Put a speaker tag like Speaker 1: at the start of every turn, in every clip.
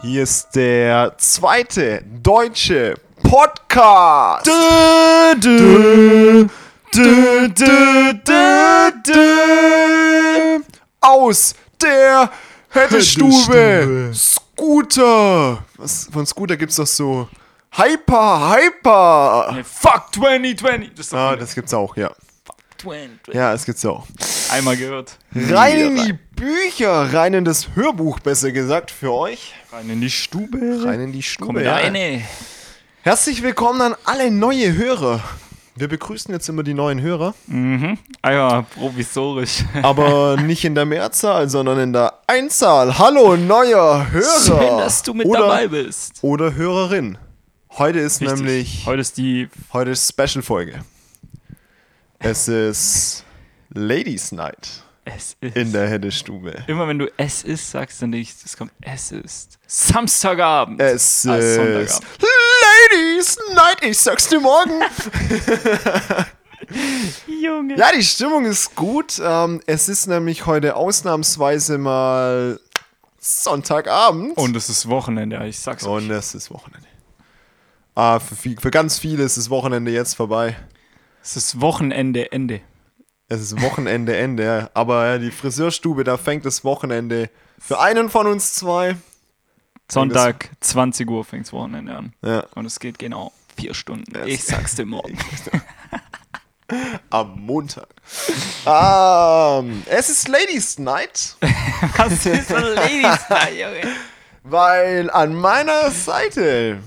Speaker 1: Hier ist der zweite deutsche Podcast. Aus der Hättestube.
Speaker 2: Hättestube.
Speaker 1: Scooter. Was, von Scooter gibt's doch so Hyper, Hyper.
Speaker 2: Nee, fuck 2020. Das ist doch
Speaker 1: Ah,
Speaker 2: wieder
Speaker 1: das gibt's auch, ja.
Speaker 2: 2020.
Speaker 1: Ja, das gibt's auch.
Speaker 2: Einmal gehört.
Speaker 1: Rein in die Bücher, rein in das Hörbuch, besser gesagt, für euch.
Speaker 2: Rein in die Stube.
Speaker 1: Rein in die Stube.
Speaker 2: Komm
Speaker 1: ja.
Speaker 2: rein.
Speaker 1: Herzlich willkommen an alle neue Hörer. Wir begrüßen jetzt immer die neuen Hörer,
Speaker 2: Mhm. Einmal provisorisch.
Speaker 1: aber nicht in der Mehrzahl, sondern in der Einzahl. Hallo, neuer Hörer.
Speaker 2: Schön, dass du mit
Speaker 1: oder,
Speaker 2: dabei bist.
Speaker 1: Oder Hörerin. Heute ist
Speaker 2: Richtig.
Speaker 1: nämlich
Speaker 2: Heute ist die.
Speaker 1: heute ist Special-Folge. Es ist Ladies Night
Speaker 2: Es ist.
Speaker 1: in der Heddestube.
Speaker 2: Immer wenn du es ist sagst, dann denkst du, es kommt es ist. Samstagabend.
Speaker 1: Es
Speaker 2: Ah,
Speaker 1: ist
Speaker 2: Sonntagabend.
Speaker 1: Ladies Night, ich sag's dir morgen.
Speaker 2: Junge.
Speaker 1: Ja, die Stimmung ist gut. Ähm, es ist nämlich heute ausnahmsweise mal Sonntagabend.
Speaker 2: Und es ist Wochenende, ich sag's euch.
Speaker 1: Und es ist Wochenende. Ah, für, viel, für ganz viele ist das Wochenende jetzt vorbei.
Speaker 2: Es ist Wochenende, Ende.
Speaker 1: Es ist Wochenende, Ende. ja. Aber ja, die Friseurstube, da fängt das Wochenende für einen von uns zwei.
Speaker 2: Sonntag, 20 Uhr fängt's Wochenende an.
Speaker 1: Ja,
Speaker 2: Und es geht genau vier Stunden.
Speaker 1: Ja,
Speaker 2: Ich
Speaker 1: es-
Speaker 2: sag's dir morgen.
Speaker 1: am Montag. ähm, es ist Ladies Night,
Speaker 2: Was ist ein Ladies Night, Junge?
Speaker 1: weil an meiner Seite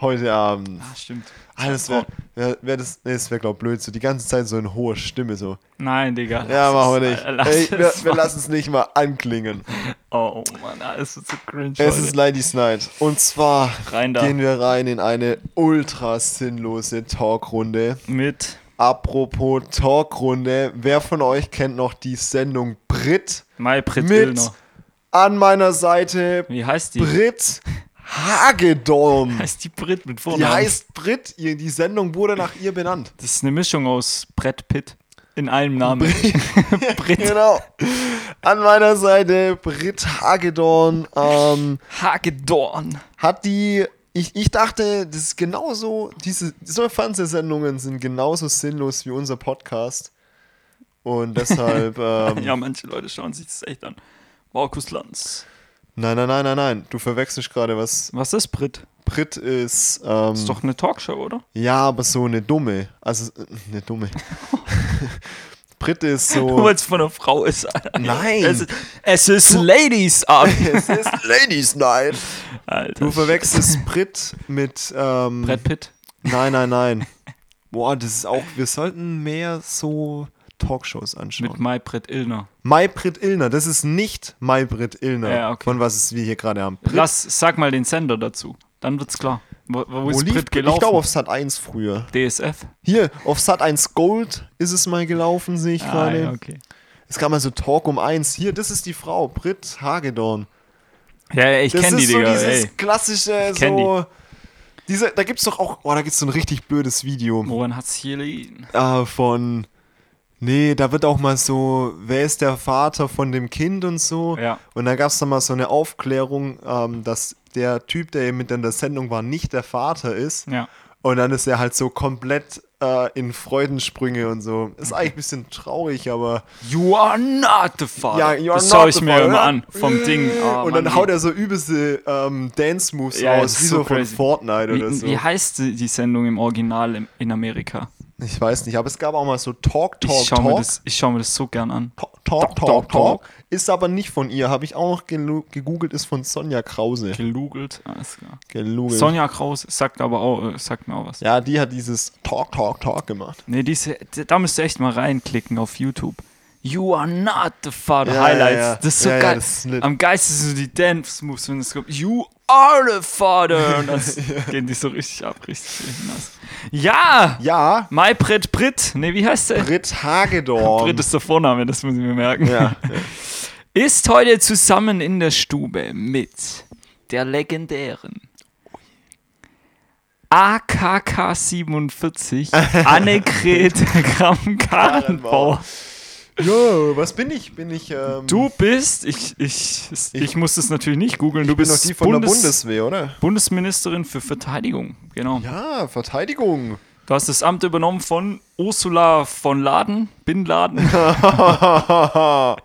Speaker 1: heute Abend
Speaker 2: Ah, stimmt.
Speaker 1: Ah, das wäre wär, wär das, nee, das wär, glaub blöd, so die ganze Zeit so in hoher Stimme so.
Speaker 2: Nein, Digga.
Speaker 1: Ja,
Speaker 2: lass
Speaker 1: machen wir
Speaker 2: es.
Speaker 1: nicht.
Speaker 2: Äh, Lass
Speaker 1: Ey,
Speaker 2: es
Speaker 1: wir wir
Speaker 2: mal.
Speaker 1: lassen es nicht mal anklingen.
Speaker 2: Oh, oh Mann, alles wird so cringe.
Speaker 1: Es
Speaker 2: heute.
Speaker 1: ist Ladies Night. Und zwar
Speaker 2: Rein da.
Speaker 1: gehen wir rein in eine ultra sinnlose Talkrunde.
Speaker 2: Mit
Speaker 1: Apropos Talkrunde, wer von euch kennt noch die Sendung Brit?
Speaker 2: Maybrit
Speaker 1: Mit
Speaker 2: Illner.
Speaker 1: an meiner Seite
Speaker 2: Wie heißt die?
Speaker 1: Brit Hagedorn.
Speaker 2: Heißt die Brit mit
Speaker 1: Die
Speaker 2: Vornamen?
Speaker 1: heißt Brit, ihr- die Sendung wurde nach ihr benannt.
Speaker 2: Das ist eine Mischung aus Brett Pitt. In einem Namen. Brit
Speaker 1: Genau. An meiner Seite Brit Hagedorn ähm,
Speaker 2: Hagedorn.
Speaker 1: hat die. Ich, ich dachte, das ist genauso. Diese so Fernsehsendungen sind genauso sinnlos wie unser Podcast. Und deshalb. Ähm,
Speaker 2: Ja, manche Leute schauen sich das echt an. Markus Lanz.
Speaker 1: Nein, nein, nein, nein, nein. Du verwechselst gerade was.
Speaker 2: Was ist Brit?
Speaker 1: Brit ist. Ähm,
Speaker 2: Ist doch eine Talkshow, oder?
Speaker 1: Ja, aber so eine dumme. Also, äh, eine dumme. Brit ist so.
Speaker 2: Nur weil es von einer Frau ist. Alter.
Speaker 1: Oh. Nein.
Speaker 2: Es ist, es ist Ladies Abend.
Speaker 1: es ist Ladies Night.
Speaker 2: Alter.
Speaker 1: Du verwechselst Brit mit. Ähm,
Speaker 2: Brett Pitt.
Speaker 1: Nein, nein, nein. Boah, das ist auch. Wir sollten mehr so Talkshows
Speaker 2: Mit
Speaker 1: anschauen.
Speaker 2: Maybrit Illner.
Speaker 1: Maybrit Illner, das ist nicht Maybrit Illner,
Speaker 2: Ja, okay.
Speaker 1: von was es wir hier gerade haben. Brit
Speaker 2: Lass, sag mal den Sender dazu. Dann wird's klar. Wo, wo ist
Speaker 1: Olive-
Speaker 2: Brit
Speaker 1: ich
Speaker 2: gelaufen?
Speaker 1: glaube auf Sat 1 früher.
Speaker 2: DSF.
Speaker 1: Hier, auf Sat 1 Gold ist es mal gelaufen, sehe ich
Speaker 2: Ah,
Speaker 1: gerade.
Speaker 2: ja, okay.
Speaker 1: Es gab mal so Talk um 1. Hier, das ist die Frau, Brit Hagedorn.
Speaker 2: Ja, ja, ich
Speaker 1: Das
Speaker 2: kenne
Speaker 1: ist
Speaker 2: die,
Speaker 1: so
Speaker 2: Digga.
Speaker 1: dieses
Speaker 2: ey.
Speaker 1: klassische,
Speaker 2: kenn
Speaker 1: so. Diese, da gibt's doch auch, oh, da gibt's so ein richtig blödes Video.
Speaker 2: Woran hat's hier liegen?
Speaker 1: äh, von. Nee, da wird auch mal so, wer ist der Vater von dem Kind und so.
Speaker 2: Ja.
Speaker 1: Und da gab es dann mal so eine Aufklärung, ähm, dass der Typ, der eben mit in der Sendung war, nicht der Vater ist.
Speaker 2: Ja.
Speaker 1: Und dann ist er halt so komplett äh, in Freudensprünge und so. Ist eigentlich ein bisschen traurig, aber.
Speaker 2: You are not the father.
Speaker 1: Ja, you are
Speaker 2: Oh, das
Speaker 1: not
Speaker 2: schaue ich
Speaker 1: the
Speaker 2: mir
Speaker 1: father.
Speaker 2: immer an. Vom Ding. Ah,
Speaker 1: und dann
Speaker 2: Mann,
Speaker 1: haut er so übelste ähm, Dance-Moves
Speaker 2: Ja, das
Speaker 1: raus,
Speaker 2: ist
Speaker 1: wie
Speaker 2: so
Speaker 1: so, von
Speaker 2: crazy.
Speaker 1: Fortnite
Speaker 2: wie,
Speaker 1: oder so.
Speaker 2: wie heißt die die Sendung im Original im, in Amerika?
Speaker 1: Ich weiß nicht, aber es gab auch mal so Talk, Talk,
Speaker 2: Ich schaue mir,
Speaker 1: Talk.
Speaker 2: das- ich schau mir das so gern an.
Speaker 1: Talk, Talk,
Speaker 2: Talk,
Speaker 1: Talk,
Speaker 2: Talk.
Speaker 1: Ist aber nicht von ihr. Habe ich auch noch gelu- gegoogelt, ist von Sonja Krause.
Speaker 2: Gelugelt. Alles klar.
Speaker 1: Gelogen.
Speaker 2: Sonja Kraus sagt aber auch, äh, sagt mir auch was.
Speaker 1: Ja, die hat dieses Talk, Talk, Talk gemacht.
Speaker 2: Nee, diese, da müsst ihr echt mal reinklicken auf YouTube. You are not the father.
Speaker 1: Ja,
Speaker 2: Highlights.
Speaker 1: ja, ja.
Speaker 2: Das ist so
Speaker 1: Ja, ja,
Speaker 2: geil.
Speaker 1: das ist lit.
Speaker 2: Am geilsten sind so die Dance-Moves, wenn es kommt. You are the father. Und dann gehen die so richtig ab, richtig hinaus. Ja!
Speaker 1: Ja,
Speaker 2: Maybrit Britt. Nee, wie heißt der?
Speaker 1: Brit Hagedorn.
Speaker 2: Britt ist der Vorname, das muss ich mir merken.
Speaker 1: ja.
Speaker 2: Ist heute zusammen in der Stube mit der legendären AKK 47 Annegret Gramm-Karrenbauer.
Speaker 1: Jo, was bin ich? Bin ich. Ähm,
Speaker 2: Du bist, ich, ich, ich, muss es natürlich nicht googeln, du
Speaker 1: bin
Speaker 2: bist
Speaker 1: doch die von
Speaker 2: Bundes,
Speaker 1: der Bundeswehr, oder?
Speaker 2: Bundesministerin für Verteidigung. Genau.
Speaker 1: Ja, Verteidigung.
Speaker 2: Du hast das Amt übernommen von Ursula von Laden, Bin Laden,
Speaker 1: Klär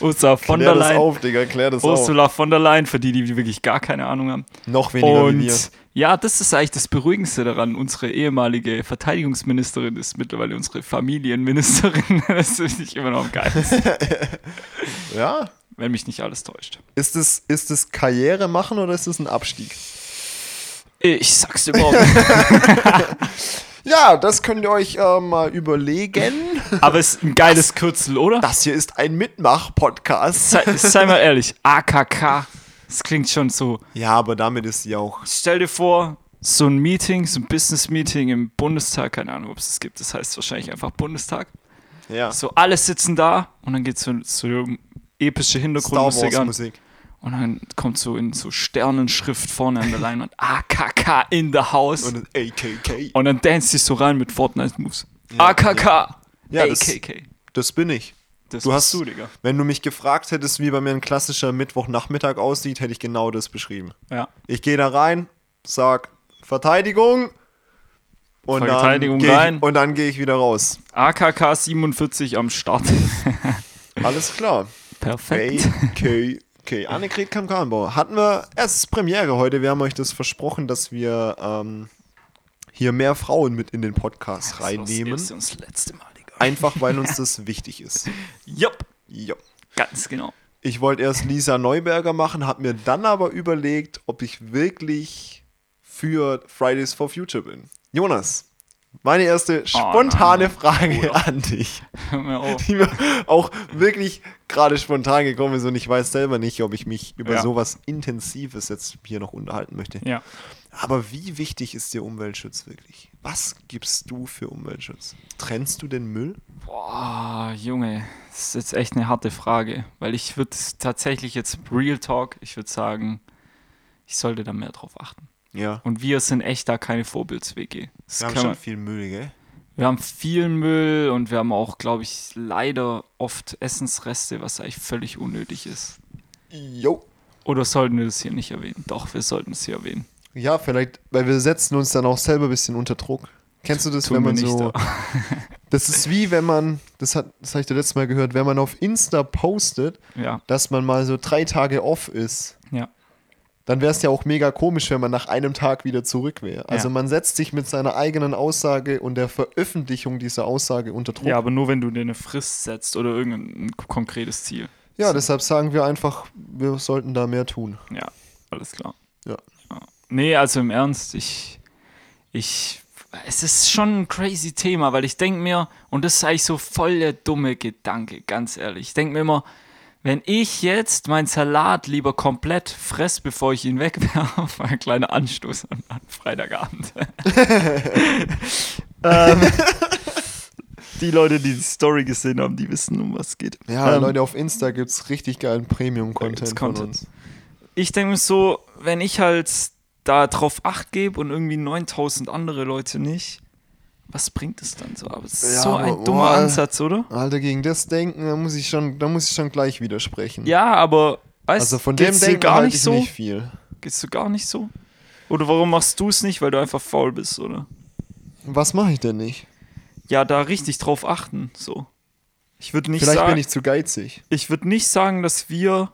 Speaker 2: Ursula von der
Speaker 1: das
Speaker 2: Leyen.
Speaker 1: auf, Digga, klär das auf.
Speaker 2: Ursula von der Leyen, für die, die wirklich gar keine Ahnung haben.
Speaker 1: Noch weniger wie wir.
Speaker 2: Und ja, das ist eigentlich das Beruhigendste daran. Unsere ehemalige Verteidigungsministerin ist mittlerweile unsere Familienministerin. Das finde ich immer noch geil,
Speaker 1: Ja.
Speaker 2: wenn mich nicht alles täuscht.
Speaker 1: Ist es, ist es Karriere machen oder ist es ein Abstieg?
Speaker 2: Ich sag's dir morgen.
Speaker 1: Ja, das könnt ihr euch äh, mal überlegen.
Speaker 2: Aber es ist ein geiles Kürzel, oder?
Speaker 1: Das hier ist ein Mitmach-Podcast.
Speaker 2: Sei, sei mal ehrlich, AKK, das klingt schon so.
Speaker 1: Ja, aber damit ist sie auch.
Speaker 2: Stell dir vor, so ein Meeting, so ein Business-Meeting im Bundestag, keine Ahnung, ob es das gibt, das heißt wahrscheinlich einfach Bundestag.
Speaker 1: Ja.
Speaker 2: So, alle sitzen da und dann geht so, so um epische
Speaker 1: Star
Speaker 2: Hintergrundmusik
Speaker 1: Wars
Speaker 2: an.
Speaker 1: Musik.
Speaker 2: Und dann kommt so in so Sternenschrift vorne an der Leinwand, AKK in the house. Und,
Speaker 1: Und AKK.
Speaker 2: dann dance dich so rein mit Fortnite-Moves. AKK,
Speaker 1: Ja, das-
Speaker 2: AKK.
Speaker 1: Das bin ich.
Speaker 2: Das
Speaker 1: Du
Speaker 2: bist
Speaker 1: hast, wenn du mich gefragt hättest, wie bei mir ein klassischer Mittwochnachmittag aussieht, hätte ich genau das beschrieben.
Speaker 2: Ja.
Speaker 1: Ich gehe da rein, sag Verteidigung und
Speaker 2: Verteidigung
Speaker 1: dann gehe
Speaker 2: rein.
Speaker 1: ich, und dann gehe ich wieder raus.
Speaker 2: AKK 47 am Start.
Speaker 1: Alles klar.
Speaker 2: Perfekt.
Speaker 1: Okay, okay. Annegret Kamm-Karrenbauer. Hatten wir, es ist Premiere heute, wir haben euch das versprochen, dass wir ähm, hier mehr Frauen mit in den Podcast reinnehmen.
Speaker 2: Das war das erste und das letzte Mal, Digga.
Speaker 1: Einfach weil uns das wichtig ist.
Speaker 2: Jupp,
Speaker 1: Ja.
Speaker 2: ganz genau.
Speaker 1: Ich wollte erst Lisa Neuberger machen, habe mir dann aber überlegt, ob ich wirklich für Fridays for Future bin. Jonas, meine erste spontane Frage an dich,
Speaker 2: Hör mir auf.
Speaker 1: die mir auch wirklich gerade spontan gekommen ist und ich weiß selber nicht, ob ich mich über
Speaker 2: Ja.
Speaker 1: sowas Intensives jetzt hier noch unterhalten möchte.
Speaker 2: Ja.
Speaker 1: Aber wie wichtig ist dir Umweltschutz wirklich? Was gibst du für Umweltschutz? Trennst du den Müll?
Speaker 2: Boah, Junge, das ist jetzt echt eine harte Frage, weil ich würde tatsächlich jetzt Real Talk, ich würde sagen, ich sollte da mehr drauf achten.
Speaker 1: Ja.
Speaker 2: Und wir sind echt da keine Vorbilds-WG. Das
Speaker 1: Wir haben
Speaker 2: kann
Speaker 1: schon
Speaker 2: man-
Speaker 1: viel Müll, gell?
Speaker 2: wir haben viel Müll und wir haben auch, glaube ich, leider oft Essensreste, was eigentlich völlig unnötig ist.
Speaker 1: Jo.
Speaker 2: Oder sollten wir das hier nicht erwähnen? Doch, wir sollten es hier erwähnen.
Speaker 1: Ja, vielleicht, weil wir setzen uns dann auch selber ein bisschen unter Druck. Kennst du das,
Speaker 2: Tun
Speaker 1: wenn
Speaker 2: wir
Speaker 1: man
Speaker 2: nicht
Speaker 1: so. Das ist wie wenn man, das hat, das habe ich das letzte Mal gehört, wenn man auf Insta postet,
Speaker 2: Ja,
Speaker 1: dass man mal so drei Tage off ist,
Speaker 2: ja.
Speaker 1: dann wäre es ja auch mega komisch, wenn man nach einem Tag wieder zurück wäre. Also
Speaker 2: Ja.
Speaker 1: man setzt sich mit seiner eigenen Aussage und der Veröffentlichung dieser Aussage unter Druck.
Speaker 2: Ja, aber nur wenn du dir eine Frist setzt oder irgendein konkretes Ziel.
Speaker 1: ja deshalb sagen wir einfach, wir sollten da mehr tun.
Speaker 2: Ja, alles klar.
Speaker 1: Ja.
Speaker 2: Nee, also im Ernst, ich, ich, es ist schon ein crazy Thema, weil ich denke mir, und das ist eigentlich so voll der dumme Gedanke, ganz ehrlich. Ich denke mir immer, wenn ich jetzt meinen Salat lieber komplett fress, bevor ich ihn wegwerfe, ein kleiner Anstoß an, an Freitagabend. ähm, die Leute, die die Story gesehen haben, die wissen, um was es geht.
Speaker 1: Ja,
Speaker 2: Ähm,
Speaker 1: Leute, auf Insta gibt es richtig geilen
Speaker 2: Da
Speaker 1: Premium-Content
Speaker 2: gibt's
Speaker 1: von
Speaker 2: Content.
Speaker 1: uns.
Speaker 2: ich denke mir so, wenn ich halt da drauf acht gebe und irgendwie 9000 andere Leute nicht, was bringt es dann so? Aber es ist
Speaker 1: Ja,
Speaker 2: so
Speaker 1: aber-
Speaker 2: ein dummer
Speaker 1: boah.
Speaker 2: Ansatz, oder?
Speaker 1: Alter, gegen das Denken, da muss ich schon, da muss ich schon gleich widersprechen.
Speaker 2: Ja, aber weißt
Speaker 1: Also von dem
Speaker 2: geht's dir
Speaker 1: Denken
Speaker 2: gar
Speaker 1: halte
Speaker 2: nicht
Speaker 1: ich
Speaker 2: so?
Speaker 1: nicht viel.
Speaker 2: Geht's dir gar nicht so? Oder warum machst du es nicht, weil du einfach faul bist, oder?
Speaker 1: Was mache ich denn nicht?
Speaker 2: Ja, da richtig drauf achten, so. Ich würde nicht
Speaker 1: Vielleicht bin
Speaker 2: sagen, ich,
Speaker 1: ich zu geizig.
Speaker 2: würde nicht sagen, dass wir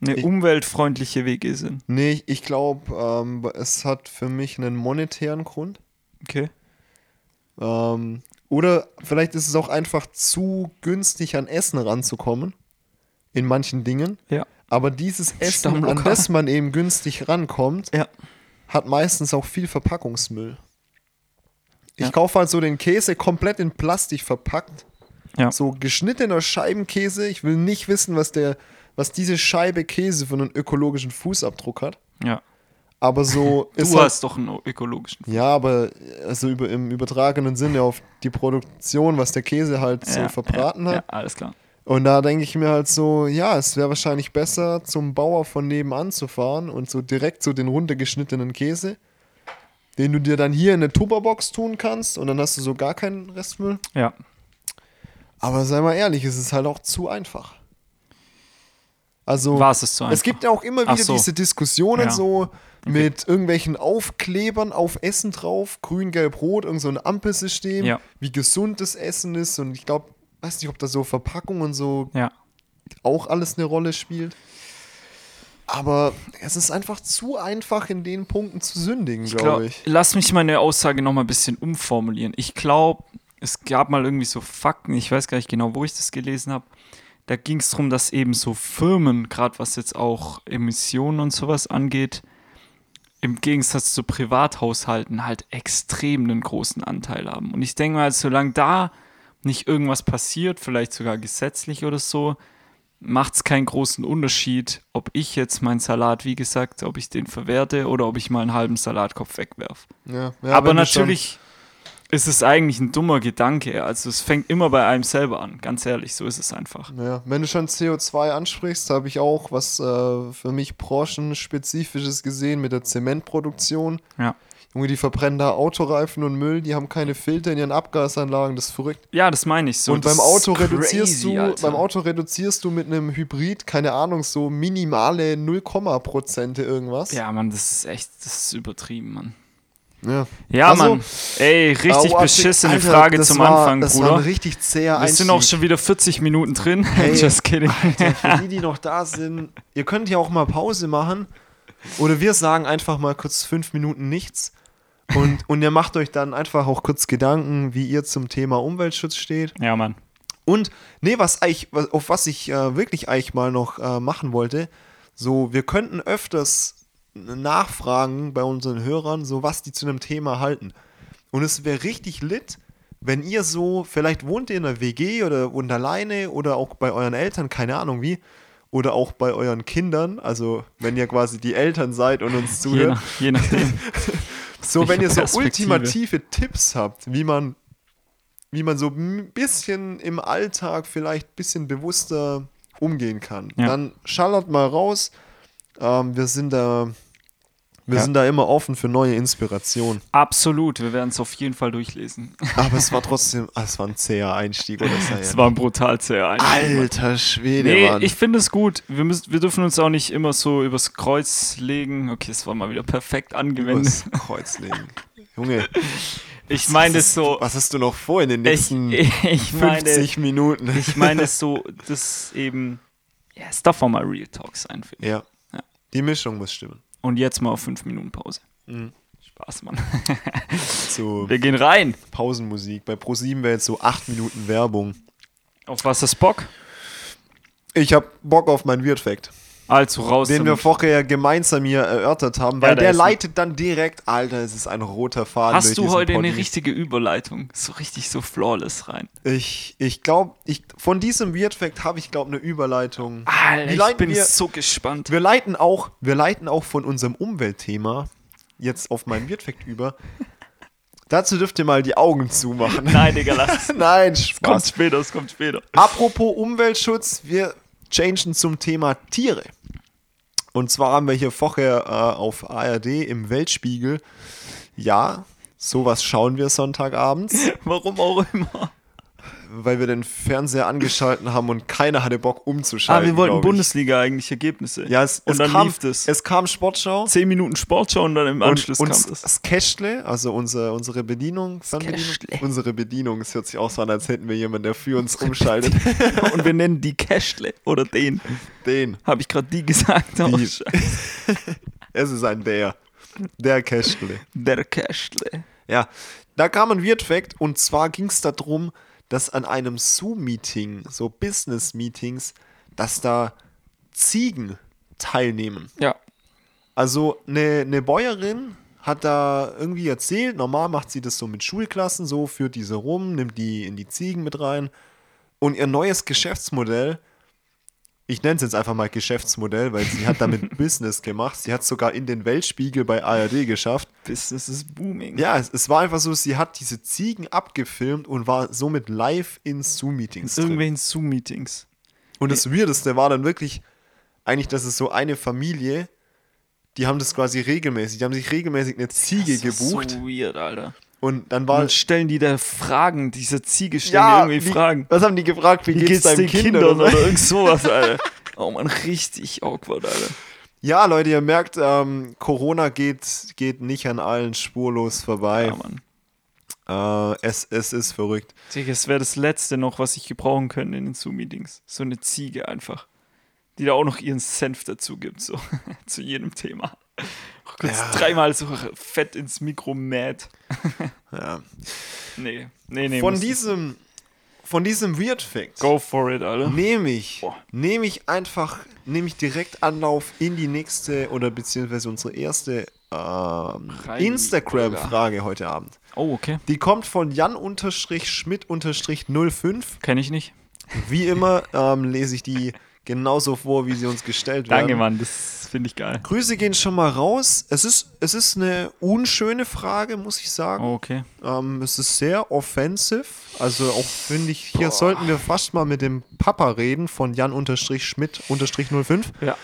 Speaker 2: eine
Speaker 1: Ich-
Speaker 2: umweltfreundliche WG sind.
Speaker 1: Nee, ich, ich glaube, ähm, es hat für mich einen monetären Grund.
Speaker 2: Okay.
Speaker 1: Ähm, oder vielleicht ist es auch einfach zu günstig an Essen ranzukommen. In manchen Dingen.
Speaker 2: Ja.
Speaker 1: Aber dieses Essen, an
Speaker 2: Stammlokal.
Speaker 1: das man eben günstig rankommt,
Speaker 2: Ja.
Speaker 1: hat meistens auch viel Verpackungsmüll. Ich
Speaker 2: Ja.
Speaker 1: kaufe halt so den Käse komplett in Plastik verpackt.
Speaker 2: Ja.
Speaker 1: So geschnittener Scheibenkäse. Ich will nicht wissen, was der, was diese Scheibe Käse für einen ökologischen Fußabdruck hat.
Speaker 2: Ja.
Speaker 1: Aber so
Speaker 2: Du
Speaker 1: ist halt,
Speaker 2: hast doch einen ökologischen.
Speaker 1: ja, aber also über, im übertragenen Sinne auf die Produktion, was der Käse halt so
Speaker 2: Ja,
Speaker 1: verbraten
Speaker 2: ja,
Speaker 1: hat.
Speaker 2: Ja, alles klar.
Speaker 1: Und da denke ich mir halt so, ja, es wäre wahrscheinlich besser, zum Bauer von nebenan zu fahren und so direkt so den runtergeschnittenen Käse, den du dir dann hier in eine Tupperbox tun kannst und dann hast du so gar keinen Restmüll.
Speaker 2: Ja.
Speaker 1: Aber sei mal ehrlich, es ist halt auch zu einfach. Also,
Speaker 2: War es es zu einfach?
Speaker 1: gibt ja auch immer
Speaker 2: Ach
Speaker 1: wieder
Speaker 2: so.
Speaker 1: diese Diskussionen
Speaker 2: Ja.
Speaker 1: so mit irgendwelchen Aufklebern auf Essen drauf, grün, gelb, rot, irgend so ein Ampelsystem,
Speaker 2: Ja.
Speaker 1: wie gesund das Essen ist. Und ich glaube, weiß nicht, ob da so Verpackung und so
Speaker 2: Ja.
Speaker 1: auch alles eine Rolle spielt. Aber es ist einfach zu einfach, in den Punkten zu sündigen, glaube ich.
Speaker 2: Lass mich meine Aussage nochmal ein bisschen umformulieren. Ich glaube, es gab mal irgendwie so Fakten, ich weiß gar nicht genau, wo ich das gelesen habe. Da ging es darum, dass eben so Firmen, gerade was jetzt auch Emissionen und sowas angeht, im Gegensatz zu Privathaushalten halt extrem einen großen Anteil haben. Und ich denke mal, solange da nicht irgendwas passiert, vielleicht sogar gesetzlich oder so, macht es keinen großen Unterschied, ob ich jetzt meinen Salat, wie gesagt, ob ich den verwerte oder ob ich mal einen halben Salatkopf wegwerf.
Speaker 1: Ja, ja,
Speaker 2: Aber
Speaker 1: wenn du schon-
Speaker 2: natürlich ist es eigentlich ein dummer Gedanke. Also es fängt immer bei einem selber an, ganz ehrlich, so ist es einfach.
Speaker 1: Ja, wenn du schon CO2 ansprichst, habe ich auch was äh, für mich branchenspezifisches gesehen mit der Zementproduktion.
Speaker 2: Ja.
Speaker 1: Junge, die verbrennen da Autoreifen und Müll, die haben keine Filter in ihren Abgasanlagen, das ist verrückt.
Speaker 2: Ja, das meine ich so.
Speaker 1: und
Speaker 2: Das
Speaker 1: beim Auto
Speaker 2: ist crazy,
Speaker 1: reduzierst du,
Speaker 2: Alter.
Speaker 1: beim Auto reduzierst du mit einem Hybrid, keine Ahnung, so minimale 0, Prozente irgendwas.
Speaker 2: Ja, Mann, das ist echt, das ist übertrieben, Mann.
Speaker 1: ja.
Speaker 2: Ja,
Speaker 1: Also,
Speaker 2: Mann. Ey, richtig
Speaker 1: aua,
Speaker 2: beschissene
Speaker 1: Alter,
Speaker 2: Frage
Speaker 1: das
Speaker 2: zum
Speaker 1: war,
Speaker 2: Anfang,
Speaker 1: das War ein
Speaker 2: Bruder.
Speaker 1: richtig zäher
Speaker 2: Wir sind auch
Speaker 1: Einstieg.
Speaker 2: schon wieder 40 Minuten drin.
Speaker 1: Ey,
Speaker 2: Just kidding.
Speaker 1: Für die, die noch da sind, ihr könnt ja auch mal Pause machen. Oder wir sagen einfach mal kurz fünf Minuten nichts. Und, und ihr macht euch dann einfach auch kurz Gedanken, wie ihr zum Thema Umweltschutz steht.
Speaker 2: ja, Mann.
Speaker 1: Und, nee, was eigentlich, was, auf was ich äh, wirklich eigentlich mal noch äh, machen wollte, so, wir könnten öfters nachfragen bei unseren Hörern, so was die zu einem Thema halten. Und es wäre richtig lit, wenn ihr so, vielleicht wohnt ihr in einer WG oder wohnt alleine oder auch bei euren Eltern, keine Ahnung wie, oder auch bei euren Kindern, also wenn ihr quasi die Eltern seid und uns
Speaker 2: Je,
Speaker 1: zuhört.
Speaker 2: nach, je nachdem.
Speaker 1: So, wenn
Speaker 2: Welche
Speaker 1: ihr so
Speaker 2: Perspektive?
Speaker 1: ultimative Tipps habt, wie man, wie man so ein bisschen im Alltag vielleicht ein bisschen bewusster umgehen kann,
Speaker 2: Ja.
Speaker 1: dann schallert mal raus. Ähm, wir sind da, wir
Speaker 2: Ja.
Speaker 1: sind da immer offen für neue Inspiration.
Speaker 2: Absolut, wir werden es auf jeden Fall durchlesen.
Speaker 1: Aber es war trotzdem, ah, es war ein zäher Einstieg. Oder
Speaker 2: Es
Speaker 1: es
Speaker 2: war ein brutal zäher Einstieg, Mann.
Speaker 1: Alter Schwede,
Speaker 2: Nee,
Speaker 1: Mann.
Speaker 2: ich finde es gut. Wir, müssen, wir dürfen uns auch nicht immer so übers Kreuz legen. Okay, es war mal wieder perfekt angewendet.
Speaker 1: Übers Kreuz legen. Junge,
Speaker 2: Ich meine
Speaker 1: was
Speaker 2: es
Speaker 1: hast-
Speaker 2: so.
Speaker 1: Was hast du noch vor in den
Speaker 2: Ich,
Speaker 1: nächsten
Speaker 2: ich, meine,
Speaker 1: 50 Minuten?
Speaker 2: ich meine es so, das eben. Ja, es darf auch mal Real Talk sein. Finde. ich.
Speaker 1: ja.
Speaker 2: Ja.
Speaker 1: Die Mischung muss stimmen.
Speaker 2: Und jetzt mal auf 5 Minuten Pause.
Speaker 1: Mhm.
Speaker 2: Spaß, Mann.
Speaker 1: So.
Speaker 2: Wir gehen rein.
Speaker 1: Pausenmusik. Bei ProSieben wäre jetzt so 8 Minuten Werbung.
Speaker 2: Auf was ist Bock?
Speaker 1: Ich habe Bock auf meinen Weird Fact,
Speaker 2: Also raus.
Speaker 1: den wir
Speaker 2: damit.
Speaker 1: vorher gemeinsam hier erörtert haben, weil
Speaker 2: Ja, da
Speaker 1: der
Speaker 2: ist ne-
Speaker 1: leitet dann direkt, Alter, es ist ein roter Faden. durch
Speaker 2: Hast du
Speaker 1: diesen
Speaker 2: heute eine
Speaker 1: Podi.
Speaker 2: richtige Überleitung? So richtig so flawless rein.
Speaker 1: Ich, ich glaube, ich, von diesem Weird Fact habe ich, glaube eine Überleitung. Wie
Speaker 2: Alter, ich
Speaker 1: leiten
Speaker 2: bin
Speaker 1: wir-
Speaker 2: so gespannt.
Speaker 1: Wir leiten auch, wir leiten auch von unserem Umweltthema jetzt auf meinen Weird Fact über. Dazu dürft ihr mal die Augen zumachen.
Speaker 2: Nein, Digga, lass.
Speaker 1: Nein,
Speaker 2: Es kommt
Speaker 1: Spaß.
Speaker 2: später, es kommt später.
Speaker 1: Apropos Umweltschutz, wir changen zum Thema Tiere. Und zwar haben wir hier vorher äh, auf ARD im Weltspiegel, ja, sowas schauen wir Sonntagabends,
Speaker 2: Warum auch immer.
Speaker 1: weil wir den Fernseher angeschalten haben und keiner hatte Bock umzuschalten.
Speaker 2: Ah, wir wollten
Speaker 1: glaub ich.
Speaker 2: Bundesliga eigentlich Ergebnisse.
Speaker 1: Ja, es,
Speaker 2: und
Speaker 1: es
Speaker 2: dann
Speaker 1: kam,
Speaker 2: lief das.
Speaker 1: Es kam Sportschau
Speaker 2: Zehn Minuten Sportschau und dann im Anschluss
Speaker 1: und, und
Speaker 2: kam das.
Speaker 1: Skeshle, also unser, unsere Bedienung, Fernbedienung,
Speaker 2: Skeshle.
Speaker 1: unsere Bedienung, es hört sich aus, als hätten wir jemanden, der für uns umschaltet.
Speaker 2: und wir nennen die Cashle oder den.
Speaker 1: den.
Speaker 2: Habe ich gerade die gesagt? Oh,
Speaker 1: Die.
Speaker 2: Scheiße.
Speaker 1: Es ist ein der. Der Cashle.
Speaker 2: Der Cashle.
Speaker 1: Ja, da kam ein Weird Fact und zwar ging es darum, dass an einem Zoom-Meeting, so Business-Meetings, dass da Ziegen teilnehmen.
Speaker 2: Ja.
Speaker 1: Also eine, eine Bäuerin hat da irgendwie erzählt, normal macht sie das so mit Schulklassen, so führt diese rum, nimmt die in die Ziegen mit rein. Und ihr neues Geschäftsmodell, ich nenne es jetzt einfach mal Geschäftsmodell, weil sie hat damit Business gemacht. Sie hat es sogar in den Weltspiegel bei ARD geschafft.
Speaker 2: Business is booming.
Speaker 1: Ja, es, es war einfach so, sie hat diese Ziegen abgefilmt und war somit live in Zoom-Meetings drin.
Speaker 2: Irgendwelchen Zoom-Meetings.
Speaker 1: Und das Weirdeste war dann wirklich, eigentlich, dass es so eine Familie, die haben das quasi regelmäßig, die haben sich regelmäßig eine Ziege
Speaker 2: Das ist
Speaker 1: gebucht
Speaker 2: So weird, Alter.
Speaker 1: Und dann
Speaker 2: Und
Speaker 1: war
Speaker 2: dann stellen die da Fragen, diese Ziege stellen
Speaker 1: ja,
Speaker 2: die irgendwie
Speaker 1: wie,
Speaker 2: Fragen.
Speaker 1: Was haben die gefragt? Wie,
Speaker 2: Wie
Speaker 1: geht's, deinen Kindern?
Speaker 2: oder, irgend sowas, Alter? Oh man, richtig awkward, Alter.
Speaker 1: Ja, Leute, ihr merkt, ähm, Corona geht, geht nicht an allen spurlos vorbei.
Speaker 2: Ja, Mann.
Speaker 1: äh, es, es ist verrückt.
Speaker 2: Digga, es wäre das Letzte noch, was ich gebrauchen könnte in den Zoom-Meetings. So eine Ziege einfach. Die da auch noch ihren Senf dazu gibt, so zu jedem Thema. Auch kurz
Speaker 1: Ja.
Speaker 2: dreimal so fett ins Mikro mäht.
Speaker 1: Ja.
Speaker 2: Nee, nee, nee.
Speaker 1: Von,
Speaker 2: muss nicht.
Speaker 1: diesem, von diesem Weird Fact
Speaker 2: Go for it, Alter.
Speaker 1: nehme ich,
Speaker 2: Boah.
Speaker 1: nehme ich einfach, nehme ich direkt Anlauf in die nächste oder beziehungsweise unsere erste ähm,
Speaker 2: Rein,
Speaker 1: Instagram-Frage heute Abend.
Speaker 2: Oh, okay.
Speaker 1: Die kommt von Jan-Schmidt-05.
Speaker 2: Kenne ich nicht.
Speaker 1: Wie immer ähm, lese ich die genauso vor, wie sie uns gestellt werden.
Speaker 2: Danke, Mann. Das finde ich geil.
Speaker 1: Grüße gehen schon mal raus. Es ist, es ist eine unschöne Frage, muss ich sagen.
Speaker 2: Oh, okay.
Speaker 1: Ähm, es ist sehr offensiv. Also auch finde ich, hier sollten wir fast mal mit dem Papa reden von Jan-Schmidt-05.
Speaker 2: Ja.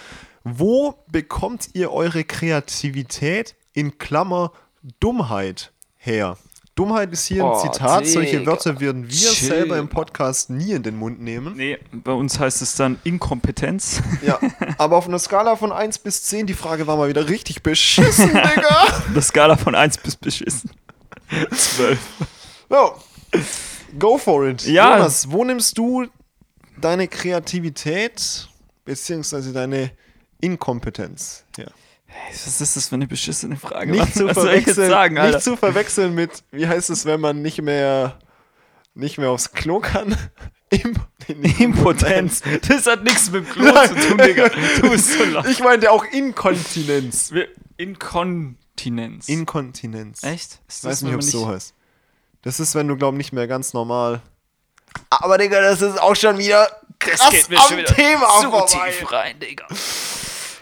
Speaker 1: Wo bekommt ihr eure Kreativität in Klammer Dummheit her? Dummheit ist hier
Speaker 2: Oh,
Speaker 1: ein Zitat. Solche
Speaker 2: Digga.
Speaker 1: Wörter würden wir
Speaker 2: Chill.
Speaker 1: selber im Podcast nie in den Mund nehmen.
Speaker 2: Nee, bei uns heißt es dann Inkompetenz.
Speaker 1: Ja, aber auf einer Skala von 1 bis 10, die Frage war mal wieder richtig beschissen, Digga.
Speaker 2: Auf der Skala von 1 bis beschissen. 12.
Speaker 1: So, go for it.
Speaker 2: Ja.
Speaker 1: Jonas, wo nimmst du deine Kreativität beziehungsweise deine Inkompetenz? her?
Speaker 2: Was ist das für eine beschissene Frage?
Speaker 1: Nicht
Speaker 2: Was-
Speaker 1: zu
Speaker 2: was soll ich jetzt
Speaker 1: verwechseln,
Speaker 2: sagen, Alter?
Speaker 1: nicht zu verwechseln mit, wie heißt es, wenn man nicht mehr, nicht mehr aufs Klo kann? Im-
Speaker 2: Impotenz. Das hat nichts mit dem Klo zu tun, Digga. Du bist so laut.
Speaker 1: Ich meinte auch Inkontinenz.
Speaker 2: Wir- Inkontinenz.
Speaker 1: Inkontinenz.
Speaker 2: Echt? Ist
Speaker 1: Ich weiß nicht,
Speaker 2: wenn
Speaker 1: ob es
Speaker 2: man
Speaker 1: so heißt. Das ist, wenn du, glaub nicht mehr ganz normal. Aber, Digga, das ist auch schon wieder krass
Speaker 2: Das geht mir
Speaker 1: am
Speaker 2: schon wieder
Speaker 1: Thema
Speaker 2: zu
Speaker 1: vorbei.
Speaker 2: tief rein, Digga.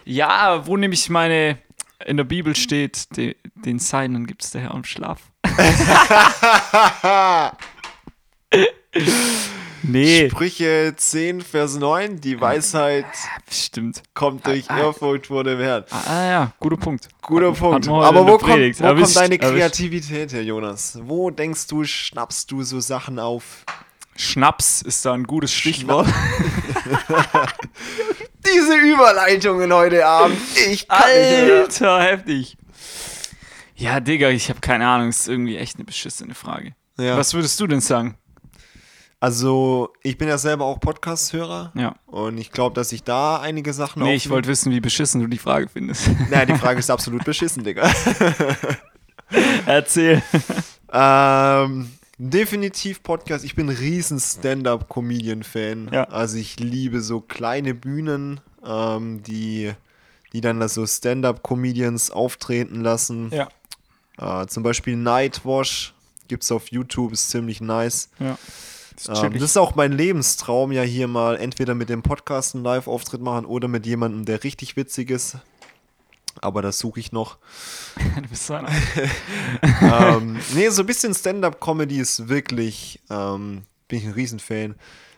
Speaker 2: Ja, wo nämlich meine, in der Bibel steht, de, den Seinen gibt's der Herr im Schlaf. nee,
Speaker 1: Sprüche 10, Vers 9. Die Weisheit
Speaker 2: stimmt.
Speaker 1: kommt durch Ehrfurcht vor dem Herrn.
Speaker 2: Ah, ah ja, guter Punkt.
Speaker 1: Guter
Speaker 2: Hat-
Speaker 1: Punkt.
Speaker 2: hat man heute in
Speaker 1: Aber wo
Speaker 2: der
Speaker 1: kommt,
Speaker 2: Predigt.
Speaker 1: wo kommt
Speaker 2: Erwischt,
Speaker 1: deine
Speaker 2: erwischt.
Speaker 1: Kreativität her, Jonas? Wo denkst du, schnappst du so Sachen auf?
Speaker 2: Schnaps ist da ein gutes Stichwort.
Speaker 1: Diese Überleitungen heute Abend. Ich kann nicht. Mehr.
Speaker 2: Alter, heftig. Ja, Digga, ich habe keine Ahnung. Ist irgendwie echt eine beschissene Frage.
Speaker 1: Ja.
Speaker 2: Was würdest du denn sagen?
Speaker 1: Also, ich bin ja selber auch Podcast-Hörer.
Speaker 2: Ja.
Speaker 1: Und ich glaube, dass ich da einige Sachen
Speaker 2: Nee,
Speaker 1: aufnehme.
Speaker 2: ich wollte wissen, wie beschissen du die Frage findest.
Speaker 1: Naja, die Frage ist absolut beschissen, Digga.
Speaker 2: Erzähl.
Speaker 1: Ähm, definitiv Podcast. Ich bin riesen Stand-up-Comedian-Fan.
Speaker 2: Ja.
Speaker 1: Also ich liebe so kleine Bühnen, ähm, die, die dann da so Stand-up-Comedians auftreten lassen.
Speaker 2: Ja.
Speaker 1: Äh, zum Beispiel Nightwash gibt's auf YouTube, ist ziemlich nice.
Speaker 2: ja.
Speaker 1: Ähm, das ist auch mein Lebenstraum, ja hier mal entweder mit dem Podcast einen Live-Auftritt machen oder mit jemandem, der richtig witzig ist. Aber das suche ich noch.
Speaker 2: du bist so einer.
Speaker 1: ähm, nee, so ein bisschen Stand-up-Comedy ist wirklich, ähm, bin ich ein Riesenfan.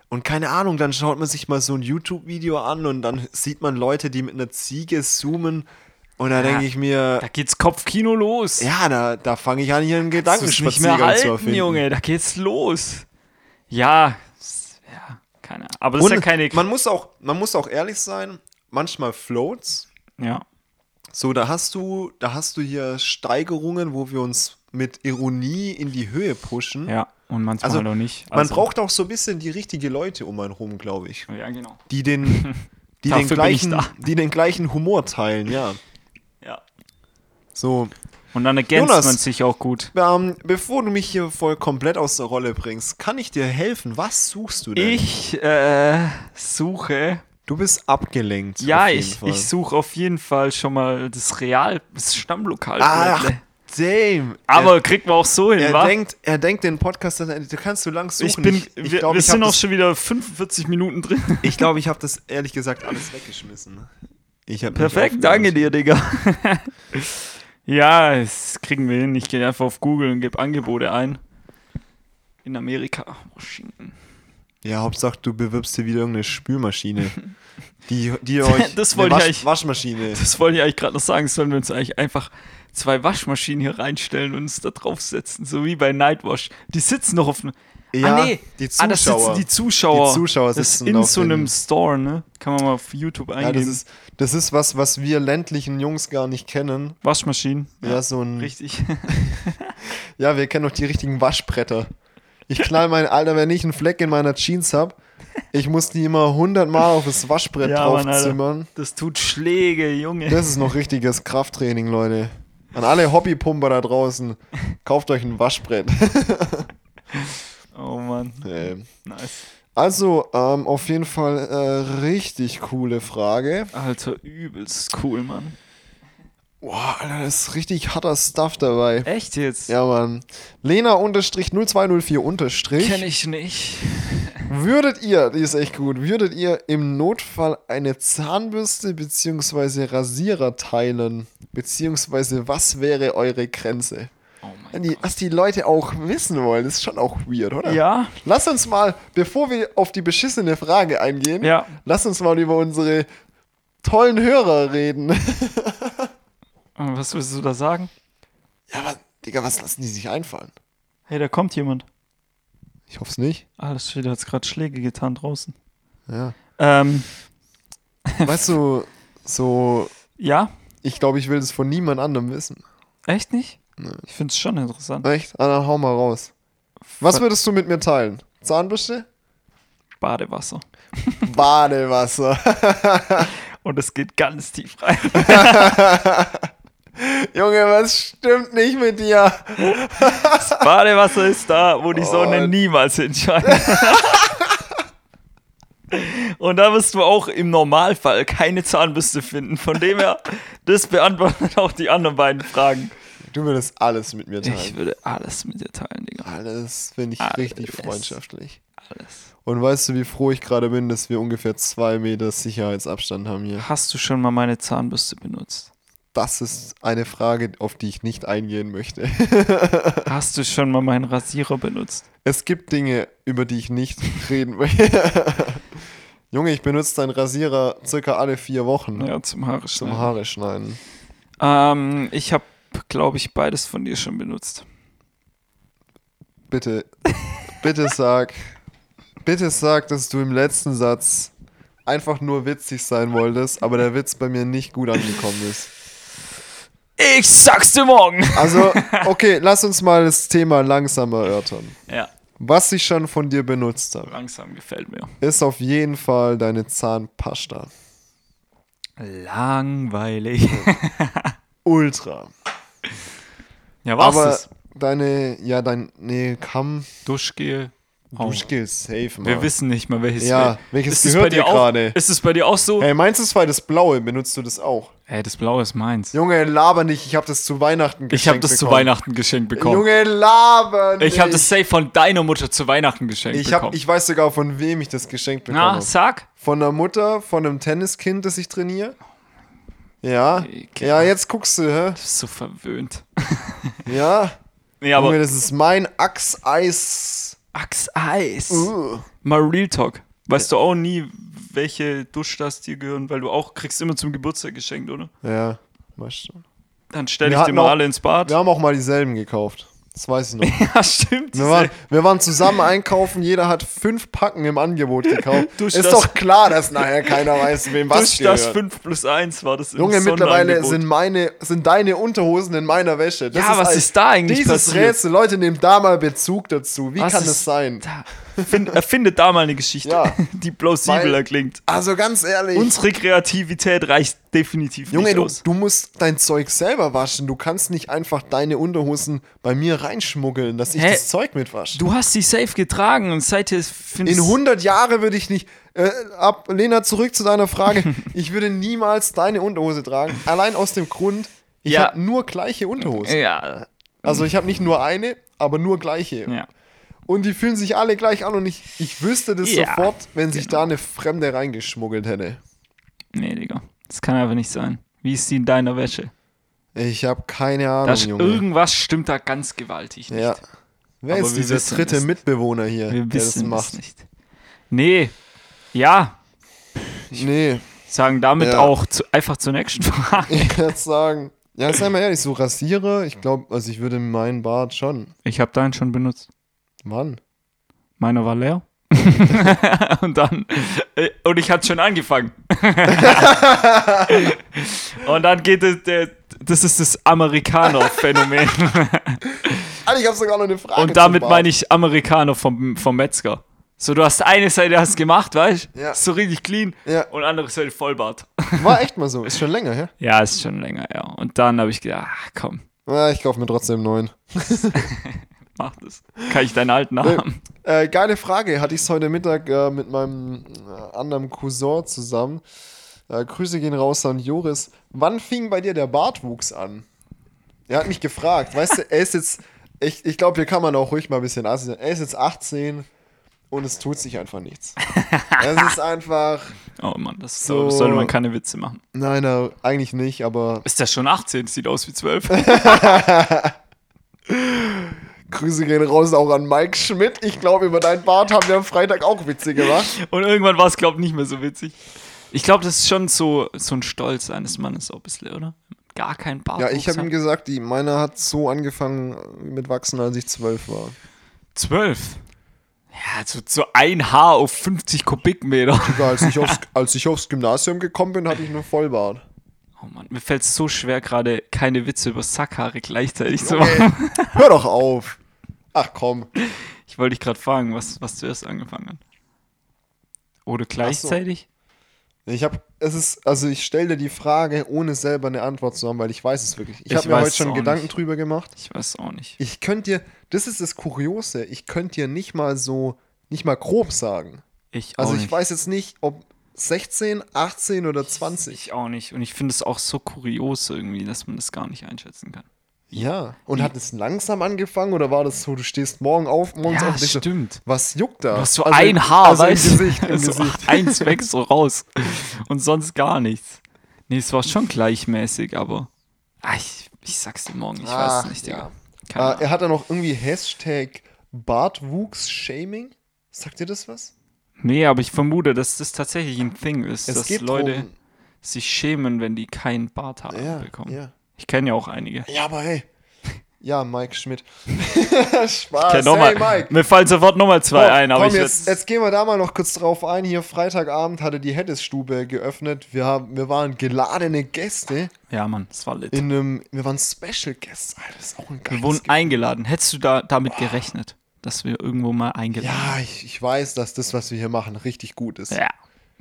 Speaker 1: Und keine Ahnung, dann schaut man sich mal so ein YouTube-Video an und dann sieht man Leute, die mit einer Ziege zoomen. Und da
Speaker 2: Ja,
Speaker 1: denke ich mir,
Speaker 2: Da geht's Kopfkino los.
Speaker 1: ja, da, da fange ich an, hier einen
Speaker 2: Kannst du's nicht mehr
Speaker 1: Gedankenspaziergang zu
Speaker 2: halten,
Speaker 1: erfinden.
Speaker 2: Junge. Da geht's los. Ja. s- Ja, keine Ahnung. Aber das
Speaker 1: Und
Speaker 2: ist ja keine.
Speaker 1: man, muss auch, man muss auch ehrlich sein, manchmal floats.
Speaker 2: ja.
Speaker 1: So, da hast du, da hast du hier Steigerungen, wo wir uns mit Ironie in die Höhe pushen.
Speaker 2: ja. Und manchmal
Speaker 1: Also,
Speaker 2: noch nicht.
Speaker 1: Man
Speaker 2: Also-
Speaker 1: braucht auch so ein bisschen die richtigen Leute um einen rum, glaube ich.
Speaker 2: Ja, genau.
Speaker 1: die den, die den,
Speaker 2: Dafür bin ich
Speaker 1: gleichen,
Speaker 2: da.
Speaker 1: die den gleichen Humor teilen, ja.
Speaker 2: Ja.
Speaker 1: So,
Speaker 2: Und dann ergänzt
Speaker 1: Jonas.
Speaker 2: man sich auch gut.
Speaker 1: ähm, bevor du mich hier voll komplett aus der Rolle bringst, kann ich dir helfen? Was suchst du denn?
Speaker 2: Ich äh, suche.
Speaker 1: du bist abgelenkt.
Speaker 2: Ja,
Speaker 1: auf jeden
Speaker 2: ich,
Speaker 1: Fall.
Speaker 2: ich suche auf jeden Fall schon mal das Real, das Stammlokal.
Speaker 1: Ach, damn.
Speaker 2: Aber kriegt man auch so hin,
Speaker 1: er,
Speaker 2: wa?
Speaker 1: er denkt, er denkt den Podcast, da kannst du lang suchen.
Speaker 2: ich bin,
Speaker 1: ich, ich
Speaker 2: wir,
Speaker 1: glaube,
Speaker 2: wir
Speaker 1: ich
Speaker 2: sind
Speaker 1: habe
Speaker 2: auch
Speaker 1: das,
Speaker 2: schon wieder 45 Minuten drin.
Speaker 1: ich glaub, ich hab das ehrlich gesagt alles weggeschmissen. ne? Ich hab mich
Speaker 2: Perfekt,
Speaker 1: aufgehört.
Speaker 2: danke dir, Digga. ja, das kriegen wir hin. Ich gehe Oh, einfach auf Google und gebe Angebote ein. In Amerika, Washington.
Speaker 1: Ja, Hauptsache, du bewirbst dir wieder irgendeine Spülmaschine. Die, die euch.
Speaker 2: Das
Speaker 1: eine
Speaker 2: wollte ich
Speaker 1: Wasch,
Speaker 2: eigentlich-
Speaker 1: Waschmaschine.
Speaker 2: Das wollte ich eigentlich gerade noch sagen. Sollen wir uns eigentlich einfach zwei Waschmaschinen hier reinstellen und uns da draufsetzen, so wie bei Nightwash. Die sitzen noch auf einem.
Speaker 1: Ja,
Speaker 2: ah, nee.
Speaker 1: die
Speaker 2: Ah, das sitzen
Speaker 1: Zuschauer.
Speaker 2: die Zuschauer.
Speaker 1: Die Zuschauer
Speaker 2: Das ist
Speaker 1: sitzen
Speaker 2: in
Speaker 1: auf
Speaker 2: so einem
Speaker 1: den-
Speaker 2: Store, ne? Kann man mal auf YouTube
Speaker 1: Ja,
Speaker 2: eingeben.
Speaker 1: das ist, das ist was, was wir ländlichen Jungs gar nicht kennen.
Speaker 2: Waschmaschinen.
Speaker 1: Ja, so ein.
Speaker 2: Richtig.
Speaker 1: Ja, wir kennen doch die richtigen Waschbretter. Ich knall mein Alter, wenn ich einen Fleck in meiner Jeans hab, ich muss die immer hundertmal auf das Waschbrett
Speaker 2: Ja, Mann, Alter.
Speaker 1: draufzimmern.
Speaker 2: Das tut Schläge, Junge.
Speaker 1: Das ist noch richtiges Krafttraining, Leute. An alle Hobbypumper da draußen, kauft euch ein Waschbrett.
Speaker 2: oh Mann.
Speaker 1: Ähm,
Speaker 2: Nice.
Speaker 1: also, ähm, auf jeden Fall äh, richtig coole Frage.
Speaker 2: Alter, übelst cool, Mann.
Speaker 1: Boah, Alter, das ist richtig harter Stuff dabei.
Speaker 2: Echt jetzt?
Speaker 1: Ja, Mann. Lena unterstrich 0204 unterstrich.
Speaker 2: Kenn ich nicht.
Speaker 1: Würdet ihr, die ist echt gut, würdet ihr im Notfall eine Zahnbürste bzw. Rasierer teilen? Beziehungsweise was wäre eure Grenze?
Speaker 2: Oh
Speaker 1: Wenn
Speaker 2: mein
Speaker 1: die, was die Leute auch wissen wollen, ist schon auch weird, oder?
Speaker 2: Ja.
Speaker 1: Lass uns mal, bevor wir auf die beschissene Frage eingehen,
Speaker 2: Ja.
Speaker 1: lass uns mal über unsere tollen Hörer reden.
Speaker 2: Und Was willst du da sagen?
Speaker 1: Ja, aber, Digga, was lassen die sich einfallen?
Speaker 2: Hey, da kommt jemand.
Speaker 1: Ich hoff's nicht.
Speaker 2: Ah, das steht, da hat's gerade Schläge getan draußen.
Speaker 1: Ja.
Speaker 2: Ähm,
Speaker 1: Weißt du, so,
Speaker 2: ja,
Speaker 1: ich glaube, ich will das von niemand anderem wissen.
Speaker 2: echt nicht? Ich finde es schon interessant.
Speaker 1: Echt? Ah, dann hau mal raus. Was
Speaker 2: Ver-
Speaker 1: würdest du mit mir teilen? Zahnbürste?
Speaker 2: Badewasser.
Speaker 1: Badewasser.
Speaker 2: Und es geht ganz tief rein.
Speaker 1: Junge, was stimmt nicht mit dir?
Speaker 2: Das Badewasser ist da, wo die Sonne
Speaker 1: Oh.
Speaker 2: niemals hinscheint. Und da wirst du auch im Normalfall keine Zahnbürste finden. Von dem her, das beantwortet auch die anderen beiden Fragen.
Speaker 1: Du würdest alles mit mir
Speaker 2: Ich
Speaker 1: teilen.
Speaker 2: würde alles mit dir teilen, Digga.
Speaker 1: Alles finde ich
Speaker 2: Alles.
Speaker 1: richtig freundschaftlich.
Speaker 2: Alles.
Speaker 1: Und weißt du, wie froh ich gerade bin, dass wir ungefähr zwei Meter Sicherheitsabstand haben hier?
Speaker 2: Hast du schon mal meine Zahnbürste benutzt?
Speaker 1: Das ist eine Frage, auf die ich nicht eingehen möchte.
Speaker 2: Hast du schon mal meinen Rasierer benutzt?
Speaker 1: Es gibt Dinge, über die ich nicht reden möchte. Junge, ich benutze deinen Rasierer circa alle vier Wochen
Speaker 2: Ja, zum Haare
Speaker 1: zum
Speaker 2: schneiden.
Speaker 1: Haare schneiden.
Speaker 2: Ähm, ich habe, glaube ich, beides von dir schon benutzt.
Speaker 1: Bitte, bitte sag, bitte sag, dass du im letzten Satz einfach nur witzig sein wolltest, aber der Witz bei mir nicht gut angekommen ist.
Speaker 2: Ich sag's dir morgen.
Speaker 1: Also, okay, lass uns mal das Thema langsam erörtern.
Speaker 2: Ja,
Speaker 1: Was ich schon von dir benutzt habe,
Speaker 2: langsam gefällt mir.
Speaker 1: ist auf jeden Fall deine Zahnpasta.
Speaker 2: Langweilig.
Speaker 1: Ultra.
Speaker 2: Ja, was
Speaker 1: aber
Speaker 2: das?
Speaker 1: deine, ja, dein, nee, Kamm,
Speaker 2: Duschgel. Oh.
Speaker 1: Duschgel safe, Mann.
Speaker 2: Wir wissen nicht mal, welches.
Speaker 1: Ja, welches
Speaker 2: Ist es
Speaker 1: gehört
Speaker 2: bei dir
Speaker 1: dir
Speaker 2: auch-
Speaker 1: gerade?
Speaker 2: Ist es bei dir auch so?
Speaker 1: Ey, meins ist weil das Blaue, benutzt du das auch?
Speaker 2: Ey, das Blaue ist meins.
Speaker 1: Junge, laber nicht, ich habe das zu Weihnachten geschenkt
Speaker 2: ich habe das zu
Speaker 1: bekommen.
Speaker 2: Weihnachten geschenkt bekommen.
Speaker 1: Junge, laber nicht.
Speaker 2: ich habe das safe von deiner Mutter zu Weihnachten geschenkt
Speaker 1: Ich, hab,
Speaker 2: bekommen.
Speaker 1: ich weiß sogar, von wem ich das geschenkt bekommen
Speaker 2: Na,
Speaker 1: habe.
Speaker 2: sag.
Speaker 1: Von der Mutter, von einem Tenniskind, das ich trainiere. Ja.
Speaker 2: Ekelhaft.
Speaker 1: Ja, jetzt guckst du, hä?
Speaker 2: Du bist so verwöhnt.
Speaker 1: Ja.
Speaker 2: Nee, aber
Speaker 1: Junge, das ist mein Achseis.
Speaker 2: Axe Eis.
Speaker 1: Uh.
Speaker 2: Mal Real Talk. Weißt du auch nie, welche Duschtas dir gehören, weil du auch kriegst immer zum Geburtstag geschenkt, oder?
Speaker 1: Ja. mal schauen.
Speaker 2: Dann stell
Speaker 1: Wir
Speaker 2: ich dir
Speaker 1: hatten
Speaker 2: mal
Speaker 1: auch-
Speaker 2: alle ins Bad.
Speaker 1: Wir haben auch mal dieselben gekauft. Das weiß ich noch.
Speaker 2: Ja, stimmt.
Speaker 1: Wir waren, wir waren zusammen einkaufen, jeder hat fünf Packen im Angebot gekauft.
Speaker 2: Du
Speaker 1: ist
Speaker 2: Stass-
Speaker 1: doch klar, dass nachher keiner weiß, wem was
Speaker 2: Dusch das
Speaker 1: gehört.
Speaker 2: 5 plus 1 war das im
Speaker 1: Junge, mittlerweile
Speaker 2: Sonderangebot.
Speaker 1: sind meine, sind deine Unterhosen in meiner Wäsche. Das
Speaker 2: Ja, was
Speaker 1: ein-
Speaker 2: ist da eigentlich
Speaker 1: Dieses
Speaker 2: passiert?
Speaker 1: Rätsel, Leute, nehmt da mal Bezug dazu. Wie
Speaker 2: Was
Speaker 1: kann
Speaker 2: ist
Speaker 1: das sein?
Speaker 2: Da. Find, erfindet da mal eine Geschichte,
Speaker 1: Ja.
Speaker 2: die plausibler
Speaker 1: Weil-
Speaker 2: klingt.
Speaker 1: Also ganz ehrlich,
Speaker 2: Unsere Kreativität reicht definitiv
Speaker 1: Junge,
Speaker 2: nicht
Speaker 1: du,
Speaker 2: aus.
Speaker 1: du musst dein Zeug selber waschen. Du kannst nicht einfach deine Unterhosen bei mir reinschmuggeln, dass ich
Speaker 2: Hä?
Speaker 1: das Zeug mitwasche.
Speaker 2: Du hast dich safe getragen und seither findest
Speaker 1: In 100 Jahre würde ich nicht. Äh, ab, Lena, zurück zu deiner Frage. ich würde niemals deine Unterhose tragen. Allein aus dem Grund, ich
Speaker 2: Ja. Äh,
Speaker 1: habe nur gleiche Unterhosen.
Speaker 2: Ja,
Speaker 1: Also ich habe nicht nur eine, aber nur gleiche.
Speaker 2: ja.
Speaker 1: Und die fühlen sich alle gleich an und ich, ich wüsste das
Speaker 2: Ja, genau.
Speaker 1: sofort, wenn sich da eine Fremde reingeschmuggelt hätte.
Speaker 2: Nee, Digga. Das kann einfach nicht sein. Wie ist die in deiner Wäsche?
Speaker 1: Ich habe keine
Speaker 2: Da
Speaker 1: Ahnung,
Speaker 2: ist-
Speaker 1: Junge.
Speaker 2: irgendwas stimmt da ganz gewaltig nicht.
Speaker 1: Ja. Wer
Speaker 2: Aber
Speaker 1: ist
Speaker 2: wir
Speaker 1: dieser
Speaker 2: wissen
Speaker 1: dritte
Speaker 2: es.
Speaker 1: Mitbewohner hier,
Speaker 2: Wir
Speaker 1: der das
Speaker 2: wissen
Speaker 1: macht?
Speaker 2: es nicht. Nee. Ja,
Speaker 1: Nee,
Speaker 2: sagen damit
Speaker 1: Ja.
Speaker 2: auch zu, einfach zur nächsten Frage.
Speaker 1: ich würde sagen. Ja, sei mal ehrlich, so rasiere, ich glaube, also ich würde meinen Bart schon.
Speaker 2: Ich habe deinen schon benutzt.
Speaker 1: Mann.
Speaker 2: Meiner war leer. und dann äh, und ich hatte schon angefangen. und dann geht es der, das ist das Amerikaner Phänomen
Speaker 1: Alter, ich habe sogar noch eine Frage.
Speaker 2: und damit meine ich Amerikaner vom, vom Metzger. So du hast eine Seite hast gemacht, weißt?
Speaker 1: Ja.
Speaker 2: So richtig clean
Speaker 1: Ja.
Speaker 2: und andere Seite Vollbart.
Speaker 1: War echt mal so, ist schon länger, her.
Speaker 2: ja, ist schon länger, ja. Und dann habe ich gedacht, ach, komm,
Speaker 1: Ja, ich kaufe mir trotzdem einen neuen.
Speaker 2: mach das. Kann ich deinen alten haben?
Speaker 1: Äh, geile Frage. Hatte ich es heute Mittag äh, mit meinem äh, anderen Cousin zusammen. Äh, Grüße gehen raus an Joris. Wann fing bei dir der Bartwuchs an? Er hat mich gefragt. Weißt du, er ist jetzt. Ich, ich glaube, hier kann man auch ruhig mal ein bisschen assi sein. Er ist jetzt 18 und es tut sich einfach nichts. es ist einfach.
Speaker 2: Oh Mann, das
Speaker 1: So.
Speaker 2: so. sollte man keine Witze machen.
Speaker 1: Nein, nein, eigentlich nicht, aber
Speaker 2: Ist der schon 18? Sieht aus wie 12.
Speaker 1: Grüße gehen raus auch an Mike Schmidt. Ich glaube, über deinen Bart haben wir am Freitag auch Witze gemacht.
Speaker 2: Und irgendwann war es, glaube ich, nicht mehr so witzig. Ich glaube, das ist schon so, so ein Stolz eines Mannes, auch ein bisschen, oder? Gar kein Bart.
Speaker 1: Ja, ich habe ihm gesagt, die, meiner hat so angefangen mit Wachsen, als ich zwölf war.
Speaker 2: Zwölf. Ja, so, so ein Haar auf 50 Kubikmeter.
Speaker 1: Sogar als ich, aufs, als ich aufs Gymnasium gekommen bin, hatte ich nur Vollbart.
Speaker 2: Oh Mann, mir fällt es so schwer, gerade keine Witze über Sackhaare gleichzeitig zu machen.
Speaker 1: Hör doch auf. Ach komm.
Speaker 2: Ich wollte dich gerade fragen, was, was zuerst angefangen hat. Oder gleichzeitig?
Speaker 1: Ich habe, es ist, also ich stelle dir die Frage, ohne selber eine Antwort zu haben, weil ich weiß es wirklich. Ich,
Speaker 2: Ich
Speaker 1: habe mir
Speaker 2: weiß
Speaker 1: heute
Speaker 2: es
Speaker 1: schon
Speaker 2: auch
Speaker 1: Gedanken
Speaker 2: nicht.
Speaker 1: drüber gemacht.
Speaker 2: Ich weiß auch nicht.
Speaker 1: Ich könnte dir, das ist das Kuriose, ich könnte dir nicht mal so, nicht mal grob sagen.
Speaker 2: Ich auch
Speaker 1: Also
Speaker 2: nicht.
Speaker 1: ich weiß jetzt nicht, ob 16, 18 oder 20.
Speaker 2: Ich auch nicht. Und ich finde es auch so kurios irgendwie, dass man das gar nicht einschätzen kann.
Speaker 1: Ja. Und hat es langsam angefangen oder war das so, du stehst morgen auf, morgens
Speaker 2: Ja,
Speaker 1: auf und denkst so,
Speaker 2: stimmt.
Speaker 1: was juckt da?
Speaker 2: Du hast so
Speaker 1: Also im-
Speaker 2: ein Haar,
Speaker 1: also im
Speaker 2: weißt du?
Speaker 1: Gesicht, im
Speaker 2: so
Speaker 1: Gesicht.
Speaker 2: Eins weg, so raus. Und sonst gar nichts. Nee, es war schon gleichmäßig, aber. Ah, ich, ich sag's dir morgen, ich
Speaker 1: Ah,
Speaker 2: weiß nicht, Digga.
Speaker 1: ja.
Speaker 2: Keine
Speaker 1: Äh,
Speaker 2: Ahnung.
Speaker 1: er hat da noch irgendwie Hashtag Bartwuchs-Shaming. Sagt dir das was?
Speaker 2: Nee, aber ich vermute, dass das tatsächlich ein Thing ist,
Speaker 1: Es
Speaker 2: dass
Speaker 1: geht
Speaker 2: Leute
Speaker 1: drum.
Speaker 2: sich schämen, wenn die keinen Bart haben
Speaker 1: Ja,
Speaker 2: bekommen.
Speaker 1: ja.
Speaker 2: Ich kenne ja auch einige.
Speaker 1: Ja, aber hey. Ja, Mike Schmidt.
Speaker 2: Ich
Speaker 1: Spaß.
Speaker 2: kenn noch
Speaker 1: hey,
Speaker 2: mal,
Speaker 1: Ah, Mike.
Speaker 2: mir fallen sofort nochmal zwei
Speaker 1: Komm,
Speaker 2: ein, aber
Speaker 1: komm,
Speaker 2: ich
Speaker 1: jetzt, jetzt gehen wir da mal noch kurz drauf ein. Hier, Freitagabend hatte die Heddes-Stube geöffnet. Wir, haben, wir waren geladene Gäste
Speaker 2: Ja, Mann, das war lit.
Speaker 1: in einem. Wir waren Special Guests. Alter, das ist auch ein
Speaker 2: Wir
Speaker 1: geiles
Speaker 2: wurden
Speaker 1: Gefühl.
Speaker 2: eingeladen. Hättest du da damit gerechnet, dass wir irgendwo mal eingeladen
Speaker 1: Ja, ich, ich weiß, dass das, was wir hier machen, richtig gut ist.
Speaker 2: Ja.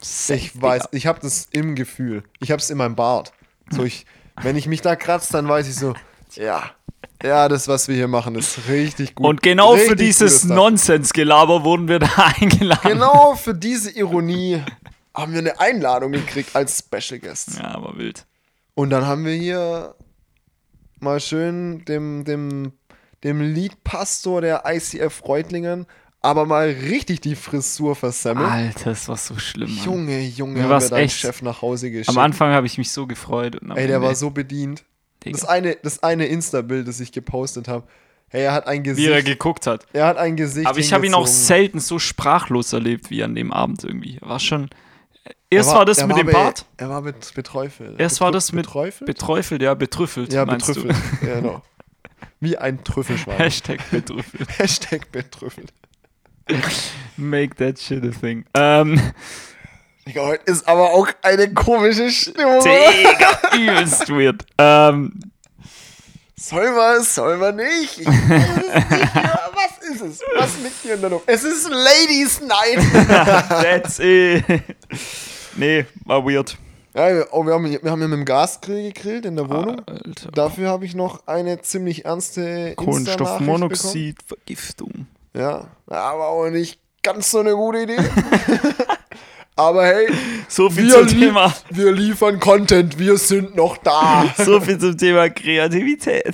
Speaker 2: Safe,
Speaker 1: Ich weiß,
Speaker 2: Digga.
Speaker 1: ich habe das im Gefühl. Ich habe es in meinem Bart. So ich, wenn ich mich da kratze, dann weiß ich so, ja, ja, das, was wir hier machen, ist richtig gut.
Speaker 2: Und genau für
Speaker 1: Richtig
Speaker 2: dieses
Speaker 1: gutes Stuff.
Speaker 2: Nonsensgelaber wurden wir da eingeladen.
Speaker 1: Genau für diese Ironie haben wir eine Einladung gekriegt als Special Guest.
Speaker 2: Ja, aber wild.
Speaker 1: Und dann haben wir hier mal schön dem, dem, dem Leadpastor der ICF Reutlingen aber mal richtig die Frisur versammelt.
Speaker 2: Alter, das war so schlimm. Mann.
Speaker 1: Ne? Junge, Junge,
Speaker 2: Mir
Speaker 1: haben wir
Speaker 2: war's
Speaker 1: deinen
Speaker 2: echt-
Speaker 1: Chef nach Hause geschickt.
Speaker 2: Am Anfang habe ich mich so gefreut. Und am
Speaker 1: Ey, der
Speaker 2: Ende-
Speaker 1: war so bedient.
Speaker 2: Digga.
Speaker 1: Das eine, das eine Insta-Bild, das ich gepostet habe. Hey, er hat ein
Speaker 2: Wie er
Speaker 1: Gesicht.
Speaker 2: geguckt hat.
Speaker 1: Er hat ein Gesicht.
Speaker 2: Aber ich habe ihn auch
Speaker 1: hingezogen.
Speaker 2: selten so sprachlos erlebt wie an dem Abend irgendwie. Er war schon. Erst
Speaker 1: Er
Speaker 2: war, das
Speaker 1: er
Speaker 2: mit dem
Speaker 1: be-
Speaker 2: Bart.
Speaker 1: Er war bet beträufelt.
Speaker 2: Erst war
Speaker 1: Betrü-
Speaker 2: das mit.
Speaker 1: Beträufelt?
Speaker 2: Beträufelt, ja, betrüffelt.
Speaker 1: ja,
Speaker 2: meinst
Speaker 1: betrüffelt. ja, genau. Wie ein
Speaker 2: Du?
Speaker 1: Trüffelschwein.
Speaker 2: Hashtag betrüffelt.
Speaker 1: Hashtag betrüffelt.
Speaker 2: Make that shit a thing. Ähm.
Speaker 1: Digga, heute ist aber auch eine komische Stimmung.
Speaker 2: Digga, übelst weird. Ähm,
Speaker 1: Soll man, soll man nicht? Ich weiß es nicht ja, was ist es? Was liegt hier in der Luft? Es ist Ladies Night.
Speaker 2: that's it. Nee, war weird.
Speaker 1: ja, wir- oh, wir, haben, wir haben ja mit dem Gasgrill gegrillt
Speaker 2: Ah,
Speaker 1: in der Wohnung.
Speaker 2: Alter.
Speaker 1: Dafür habe ich noch eine ziemlich ernste Insta-Nachricht
Speaker 2: Kohlenstoffmonoxidvergiftung.
Speaker 1: bekommen. Ja, aber auch nicht ganz so eine gute Idee. aber hey,
Speaker 2: So viel
Speaker 1: wir,
Speaker 2: zum
Speaker 1: lie-
Speaker 2: Thema.
Speaker 1: wir liefern Content, wir sind noch da.
Speaker 2: So viel zum Thema Kreativität.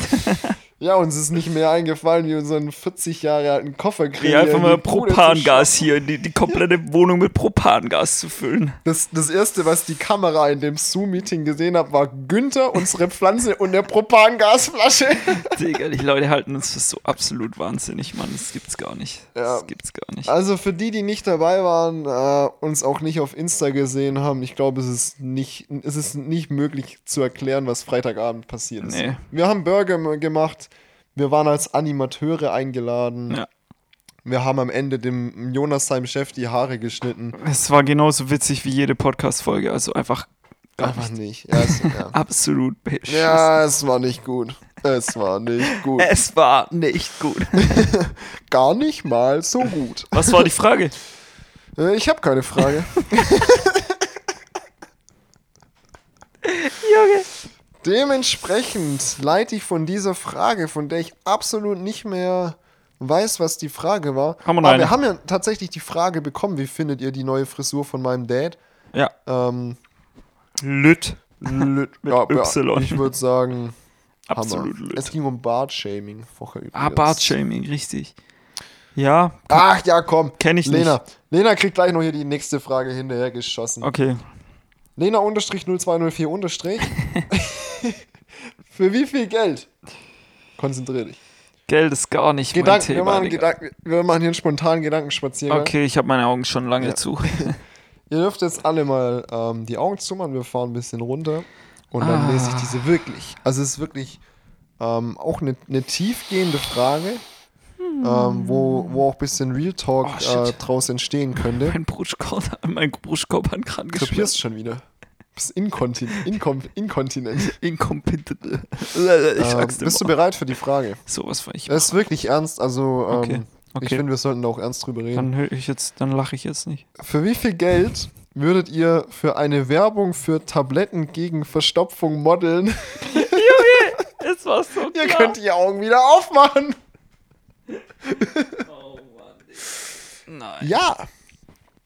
Speaker 1: Ja, uns ist nicht mehr eingefallen, wie unseren 40 Jahre alten Koffergrill.
Speaker 2: Ja, einfach
Speaker 1: in
Speaker 2: mal
Speaker 1: die Bude zu
Speaker 2: Propangas hier, in die, die komplette Wohnung mit Propangas zu füllen.
Speaker 1: Das, das erste, was die Kamera in dem Zoom-Meeting gesehen hat, war Günther, unsere Pflanze und der Propangasflasche.
Speaker 2: Digga, die Leute halten uns für so absolut wahnsinnig, Mann. Das gibt's gar nicht. Das gibt's gar nicht.
Speaker 1: Also für die, die nicht dabei waren, äh, uns auch nicht auf Insta gesehen haben, ich glaube, es ist nicht, es ist nicht möglich zu erklären, was Freitagabend passiert ist.
Speaker 2: Nee.
Speaker 1: Wir haben Burger m- gemacht, wir waren als Animateure eingeladen.
Speaker 2: Ja.
Speaker 1: Wir haben am Ende dem Jonas seinem Chef die Haare geschnitten.
Speaker 2: Es war genauso witzig wie jede Podcast-Folge. Also einfach
Speaker 1: Einfach nicht. Ja, es, ja.
Speaker 2: absolut beschissen.
Speaker 1: ja, es war nicht gut. Es war nicht gut.
Speaker 2: Es war nicht gut.
Speaker 1: Gar nicht mal so gut.
Speaker 2: Was war die Frage?
Speaker 1: Äh, Ich habe keine Frage.
Speaker 2: Junge.
Speaker 1: Dementsprechend leite ich von dieser Frage, von der ich absolut nicht mehr weiß, was die Frage war.
Speaker 2: Haben wir noch
Speaker 1: Aber wir
Speaker 2: eine?
Speaker 1: haben ja tatsächlich die Frage bekommen, wie findet ihr die neue Frisur von meinem Dad?
Speaker 2: Ja.
Speaker 1: Ähm,
Speaker 2: Lütt.
Speaker 1: lü-
Speaker 2: Mit
Speaker 1: ja, ja,
Speaker 2: Y.
Speaker 1: ich würde sagen,
Speaker 2: Absolut
Speaker 1: Hammer.
Speaker 2: lütt.
Speaker 1: Es ging um Bartshaming vorher übrigens.
Speaker 2: Ah, Bartshaming, richtig. Ja,
Speaker 1: Ach ja, komm.
Speaker 2: Kenn ich nicht.
Speaker 1: Lena. Lena kriegt gleich noch hier die nächste Frage hinterher geschossen.
Speaker 2: okay.
Speaker 1: Lena unterstrich 0204 unterstrich. Für wie viel Geld? Konzentrier dich.
Speaker 2: Geld ist gar nicht mein
Speaker 1: Gedanken,
Speaker 2: Thema.
Speaker 1: wir, machen
Speaker 2: Digga.
Speaker 1: Gedanken, wir machen hier einen spontanen Gedankenspaziergang.
Speaker 2: Okay, ich habe meine Augen schon lange zu.
Speaker 1: Ihr dürft jetzt alle mal ähm, die Augen zumachen, wir fahren ein bisschen runter und dann lese
Speaker 2: Ah.
Speaker 1: ich diese wirklich. Also es ist wirklich ähm, auch eine, eine tiefgehende Frage, ähm, wo, wo auch ein bisschen Real Talk
Speaker 2: Hm. Oh, shit.
Speaker 1: äh, draus entstehen könnte.
Speaker 2: Mein Brustkorb, mein Brustkorb hat gerade
Speaker 1: Du
Speaker 2: geschmissen.
Speaker 1: kapierst schon wieder. Bist inkontinent. Inkom inkontinent.
Speaker 2: Inkompetent. Ich
Speaker 1: Ähm,
Speaker 2: sag's dir.
Speaker 1: bist du Äh.
Speaker 2: mal.
Speaker 1: bereit für die Frage?
Speaker 2: Sowas war ich.
Speaker 1: Das ist wirklich ernst, also ähm,
Speaker 2: Okay, okay.
Speaker 1: ich finde, wir sollten da auch ernst drüber reden.
Speaker 2: Dann höre ich jetzt, dann lache ich jetzt nicht.
Speaker 1: Für wie viel Geld würdet ihr für eine Werbung für Tabletten gegen Verstopfung modeln?
Speaker 2: Es war so
Speaker 1: Ihr könnt die Augen wieder aufmachen.
Speaker 2: Nein.
Speaker 1: Ja,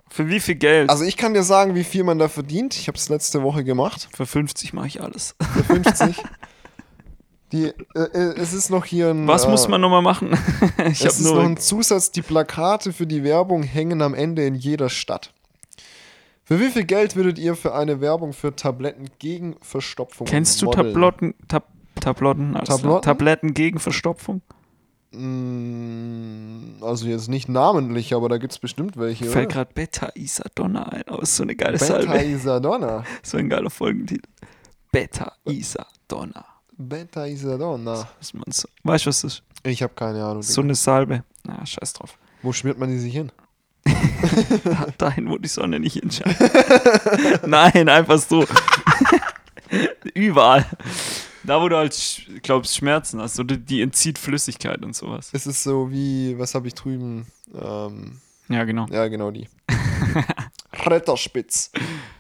Speaker 2: Für wie viel Geld?
Speaker 1: also ich kann dir sagen, wie viel man da verdient. Ich habe es letzte Woche gemacht,
Speaker 2: Für 50 mache ich alles.
Speaker 1: für 50. die, äh, äh, es ist noch hier ein...
Speaker 2: Was
Speaker 1: äh,
Speaker 2: muss man nochmal machen?
Speaker 1: es
Speaker 2: ich habe
Speaker 1: ist noch
Speaker 2: nur.
Speaker 1: ein Zusatz, die Plakate für die Werbung hängen am Ende in jeder Stadt. Für wie viel Geld würdet ihr für eine Werbung für Tabletten gegen Verstopfung
Speaker 2: Kennst du
Speaker 1: modeln?
Speaker 2: Tablotten, Tab, Tablotten, also
Speaker 1: Tablotten?
Speaker 2: Tabletten gegen Verstopfung?
Speaker 1: Mm, Also jetzt nicht namentlich, aber da gibt es bestimmt welche.
Speaker 2: Fällt
Speaker 1: oder?
Speaker 2: gerade Beta Isadonna ein, aber ist so eine geile
Speaker 1: Beta
Speaker 2: Salbe.
Speaker 1: Isadonna.
Speaker 2: So ein geiler Folgentitel. Beta Isadonna.
Speaker 1: Beta Isadonna.
Speaker 2: Was man so, weißt du, was das ist?
Speaker 1: Ich habe keine Ahnung.
Speaker 2: So eine Salbe. Na, scheiß drauf.
Speaker 1: Wo schmiert man die sich hin?
Speaker 2: Da, dahin, wo die Sonne nicht hinscheint. Nein, einfach so. Überall. Da, wo du halt, sch- glaubst, Schmerzen hast. Oder die entzieht Flüssigkeit und sowas.
Speaker 1: Es ist so wie, was habe ich drüben? Ähm,
Speaker 2: Ja, genau.
Speaker 1: ja, genau die. Retterspitz.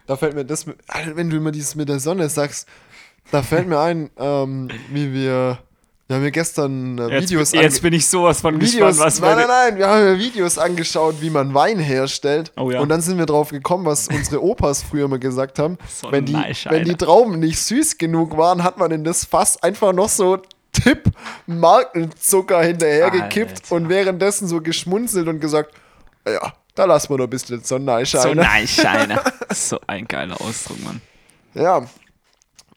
Speaker 1: Da fällt mir das, mit- Alter, wenn du immer dieses mit der Sonne sagst, da fällt mir ein, ähm, wie wir, wir haben ja gestern äh,
Speaker 2: Jetzt,
Speaker 1: Videos
Speaker 2: jetzt
Speaker 1: ange-
Speaker 2: bin ich sowas von
Speaker 1: Videos,
Speaker 2: gespannt, was
Speaker 1: nein,
Speaker 2: meine-
Speaker 1: nein, nein, wir haben ja Videos angeschaut, wie man Wein herstellt.
Speaker 2: Oh ja.
Speaker 1: Und dann sind wir drauf gekommen, was unsere Opas früher immer gesagt haben.
Speaker 2: So
Speaker 1: wenn, die,
Speaker 2: nice,
Speaker 1: wenn die
Speaker 2: Alter.
Speaker 1: Trauben nicht süß genug waren, hat man in das Fass einfach noch so Tipp Markenzucker hinterhergekippt
Speaker 2: Alter.
Speaker 1: und währenddessen so geschmunzelt und gesagt, ja, da lassen wir doch ein bisschen Sonnenschein.
Speaker 2: So nein, Scheine. So ein geiler Ausdruck, Mann.
Speaker 1: ja.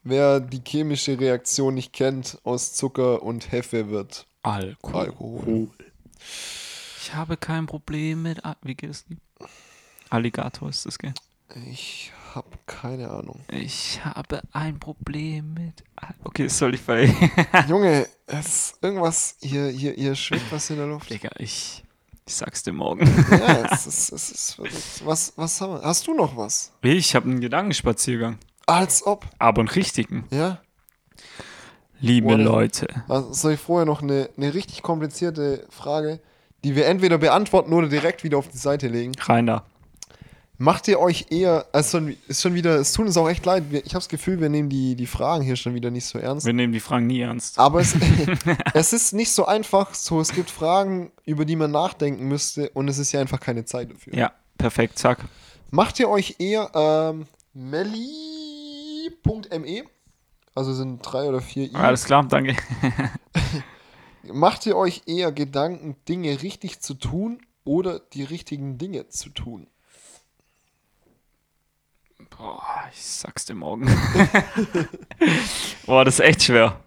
Speaker 1: Wer die chemische Reaktion nicht kennt, aus Zucker und Hefe wird
Speaker 2: Alkohol.
Speaker 1: Alkohol.
Speaker 2: Ich habe kein Problem mit. Al Wie geht es? Alligator ist das, gell?
Speaker 1: Ich habe keine Ahnung.
Speaker 2: Ich habe ein Problem mit. Al okay, das soll ich bei.
Speaker 1: Junge, es ist irgendwas, hier, hier, hier schwebt was in der Luft.
Speaker 2: Digga, ich, ich sag's dir morgen.
Speaker 1: Ja, es ist, es ist verrückt. Was, was haben wir? Hast du noch was?
Speaker 2: Ich habe einen Gedankenspaziergang.
Speaker 1: Als ob,
Speaker 2: Aber einen richtigen.
Speaker 1: ja?
Speaker 2: Liebe
Speaker 1: What?
Speaker 2: Leute.
Speaker 1: Also soll ich vorher noch eine, eine richtig komplizierte Frage, die wir entweder beantworten oder direkt wieder auf die Seite legen?
Speaker 2: Rein da.
Speaker 1: Macht ihr euch eher, also schon- ist schon wieder, es tut uns auch echt leid, wir, ich habe das Gefühl, wir nehmen die, die Fragen hier schon wieder nicht so ernst.
Speaker 2: Wir nehmen die Fragen nie ernst.
Speaker 1: Aber es, es ist nicht so einfach, so es gibt Fragen, über die man nachdenken müsste und es ist ja einfach keine Zeit dafür.
Speaker 2: Ja, perfekt, zack.
Speaker 1: Macht ihr euch eher ähm, melli.me? Also sind drei oder vier I.
Speaker 2: Alles klar, danke.
Speaker 1: Macht ihr euch eher Gedanken, Dinge richtig zu tun oder die richtigen Dinge zu tun?
Speaker 2: Boah, ich sag's dir morgen. Boah, das ist echt schwer.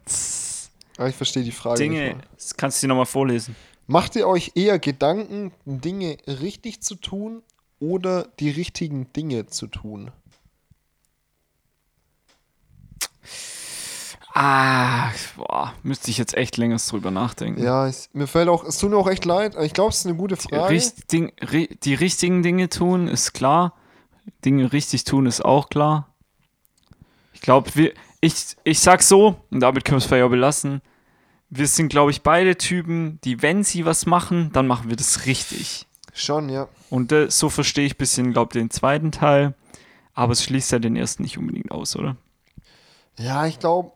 Speaker 1: Ah, ich verstehe die Frage nicht.
Speaker 2: Dinge,
Speaker 1: Mehr.
Speaker 2: das kannst du dir nochmal vorlesen.
Speaker 1: Macht ihr euch eher Gedanken, Dinge richtig zu tun oder die richtigen Dinge zu tun?
Speaker 2: Ah, boah, müsste ich jetzt echt länger drüber nachdenken.
Speaker 1: Ja, ich, mir fällt auch, es tut mir auch echt leid, aber ich glaube, es ist eine gute Frage.
Speaker 2: Richt, Ding, ri, die richtigen Dinge tun ist klar. Dinge richtig tun ist auch klar. Ich glaube, wir, ich, ich sag so, und damit können wir es vielleicht auch belassen. Wir sind, glaube ich, beide Typen, die, wenn sie was machen, dann machen wir das richtig.
Speaker 1: Schon, ja.
Speaker 2: Und äh, so verstehe ich ein bisschen, glaube ich, den zweiten Teil. Aber es schließt ja den ersten nicht unbedingt aus, oder?
Speaker 1: Ja, ich glaube,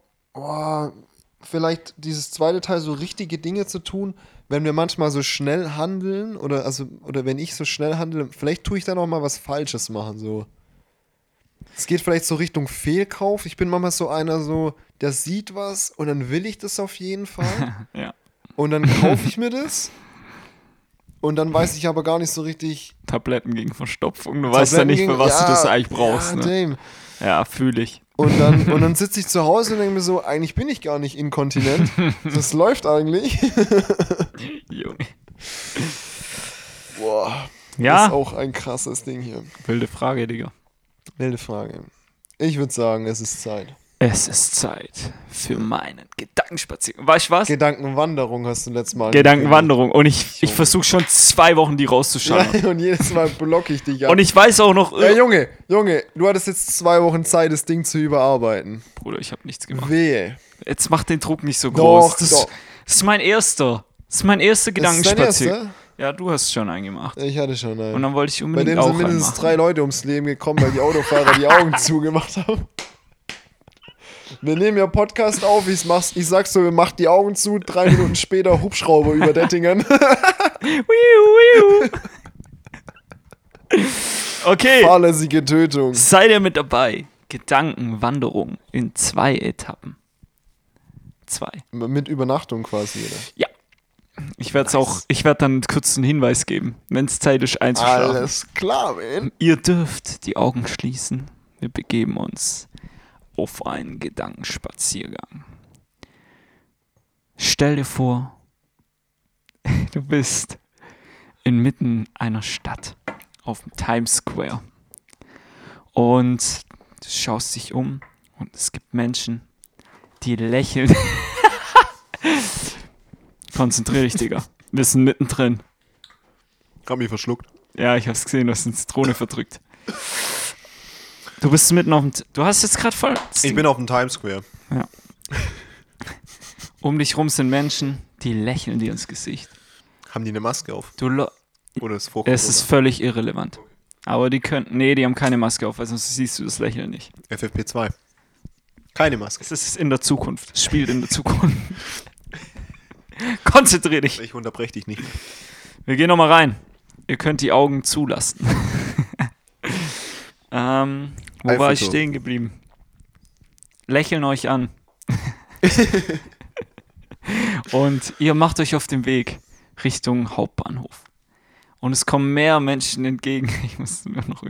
Speaker 1: vielleicht dieses zweite Teil so richtige Dinge zu tun, wenn wir manchmal so schnell handeln oder also oder wenn ich so schnell handle, vielleicht tue ich dann auch mal was Falsches machen so. Es geht vielleicht so Richtung Fehlkauf. Ich bin manchmal so einer so, der sieht was und dann will ich das auf jeden Fall
Speaker 2: Ja.
Speaker 1: und dann kaufe ich mir das. Und dann weiß ich aber gar nicht so richtig.
Speaker 2: Tabletten gegen Verstopfung. Du weißt ja
Speaker 1: Tabletten
Speaker 2: nicht,
Speaker 1: gegen-
Speaker 2: für was
Speaker 1: Ja,
Speaker 2: du das eigentlich brauchst.
Speaker 1: Ja,
Speaker 2: Ja, ne?
Speaker 1: damn.
Speaker 2: ja fühle ich.
Speaker 1: Und dann, und dann sitze ich zu Hause und denke mir so, eigentlich bin ich gar nicht inkontinent. Das läuft eigentlich.
Speaker 2: Junge.
Speaker 1: Boah,
Speaker 2: Ja,
Speaker 1: ist auch ein krasses Ding hier.
Speaker 2: wilde Frage, Digga.
Speaker 1: Wilde Frage. Ich würde sagen, es ist Zeit.
Speaker 2: Es ist Zeit für meinen Gedankenspaziergang. Weißt du was?
Speaker 1: Genau. Gedankenwanderung hast du letztes Mal.
Speaker 2: Gedankenwanderung. Und ich, ich versuche schon zwei Wochen die rauszuschalten.
Speaker 1: angekündigt. Ja, und jedes Mal blocke ich dich ab.
Speaker 2: Und ich weiß auch noch,
Speaker 1: ja, Junge, Junge, du hattest jetzt zwei Wochen Zeit, das Ding zu überarbeiten.
Speaker 2: Bruder, ich habe nichts gemacht.
Speaker 1: Wehe.
Speaker 2: Jetzt mach den Druck nicht so groß.
Speaker 1: Doch,
Speaker 2: das,
Speaker 1: doch.
Speaker 2: das ist mein erster. Das ist mein erster
Speaker 1: Das ist dein
Speaker 2: Gedankenspaziergang.
Speaker 1: erster?
Speaker 2: Ja, du hast schon einen gemacht.
Speaker 1: Ich hatte schon einen.
Speaker 2: Und dann wollte ich
Speaker 1: Bei
Speaker 2: unbedingt
Speaker 1: dem
Speaker 2: auch
Speaker 1: sind
Speaker 2: einen
Speaker 1: mindestens
Speaker 2: machen.
Speaker 1: drei Leute ums Leben gekommen, weil die Autofahrer die Augen zugemacht haben. Wir nehmen ja Podcast auf, ich, mach's, ich sag's so, mach die Augen zu, drei Minuten später Hubschrauber über Dettingen.
Speaker 2: Wiu, wiu. Okay,
Speaker 1: Fahrlässige Tötung.
Speaker 2: seid ihr mit dabei? Gedankenwanderung in zwei Etappen. Zwei.
Speaker 1: Mit Übernachtung quasi. Oder?
Speaker 2: Ja. Ich werde auch, ich werde dann kurz einen Hinweis geben, wenn es Zeit ist einzuschlafen.
Speaker 1: Alles klar, man.
Speaker 2: Ihr dürft die Augen schließen. Wir begeben uns auf einen Gedankenspaziergang. Stell dir vor, du bist inmitten einer Stadt auf dem Times Square und du schaust dich um und es gibt Menschen, die lächeln. Konzentrier dich, Digga. Wir sind mittendrin.
Speaker 1: Hab mich verschluckt.
Speaker 2: Ja, ich hab's gesehen, du hast eine Zitrone verdrückt. Du bist mitten auf dem. T du hast jetzt gerade voll.
Speaker 1: Ich bin auf dem Times Square.
Speaker 2: um dich rum sind Menschen, die lächeln dir ins Gesicht.
Speaker 1: Haben die eine Maske auf?
Speaker 2: Du lo-
Speaker 1: Oder ist vor
Speaker 2: es ist völlig irrelevant. Aber die könnten. Nee, die haben keine Maske auf, weil sonst siehst du das Lächeln nicht.
Speaker 1: FFP2. Keine Maske.
Speaker 2: Es ist in der Zukunft. Es spielt in der Zukunft. Konzentrier dich.
Speaker 1: Ich unterbreche dich nicht.
Speaker 2: Wir gehen nochmal rein. Ihr könnt die Augen zulassen. ähm, wo war ich
Speaker 1: Eiffelturm.
Speaker 2: stehen geblieben? Lächeln euch an. Und ihr macht euch auf den Weg Richtung Hauptbahnhof. Und es kommen mehr Menschen entgegen. Ich muss mir noch.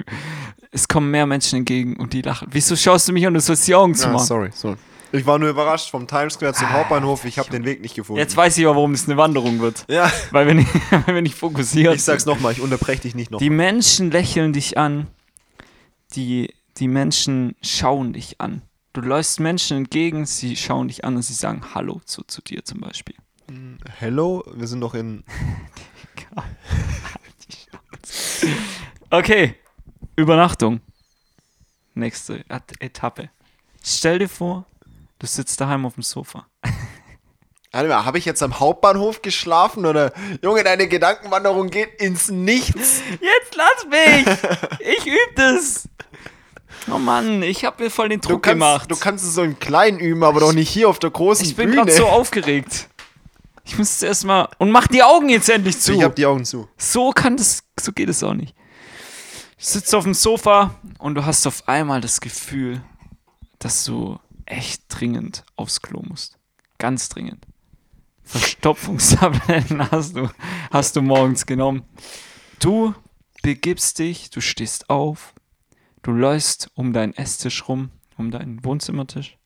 Speaker 2: Es kommen mehr Menschen entgegen und die lachen. Wieso schaust du mich an? Du sollst die Augen
Speaker 1: Ah,
Speaker 2: zumachen.
Speaker 1: sorry, sorry. Ich war nur überrascht vom Times Square zum Hauptbahnhof. Ich habe den Weg nicht gefunden.
Speaker 2: Ah, Jetzt weiß ich aber, warum es eine Wanderung wird.
Speaker 1: ja,
Speaker 2: Weil wir nicht, weil wir nicht fokussiert
Speaker 1: ich sag's nochmal, ich unterbreche dich nicht noch.
Speaker 2: Die Menschen lächeln dich an. Die, die Menschen schauen dich an. Du läufst Menschen entgegen, sie schauen dich an und sie sagen Hallo zu, zu dir zum Beispiel.
Speaker 1: Hello, wir sind noch in.
Speaker 2: Okay, Übernachtung. Nächste At Etappe. Stell dir vor, du sitzt daheim auf dem Sofa.
Speaker 1: Warte mal, habe ich jetzt am Hauptbahnhof geschlafen oder? Junge, deine Gedankenwanderung geht ins Nichts.
Speaker 2: Jetzt lass mich! Ich übe das! Oh Mann, ich habe mir voll den
Speaker 1: Du
Speaker 2: Druck
Speaker 1: kannst,
Speaker 2: gemacht.
Speaker 1: du kannst es so im Kleinen üben, aber doch nicht hier auf der großen
Speaker 2: ich bin
Speaker 1: Bühne.
Speaker 2: gerade so aufgeregt. Ich muss zuerst mal. Und mach die Augen jetzt endlich zu!
Speaker 1: ich habe die Augen zu.
Speaker 2: So kann das, so geht es auch nicht. Du sitzt auf dem Sofa und du hast auf einmal das Gefühl, dass du echt dringend aufs Klo musst. Ganz dringend. Verstopfungstabletten hast du, hast du morgens genommen. Du begibst dich, du stehst auf, du läufst um deinen Esstisch rum, um deinen Wohnzimmertisch,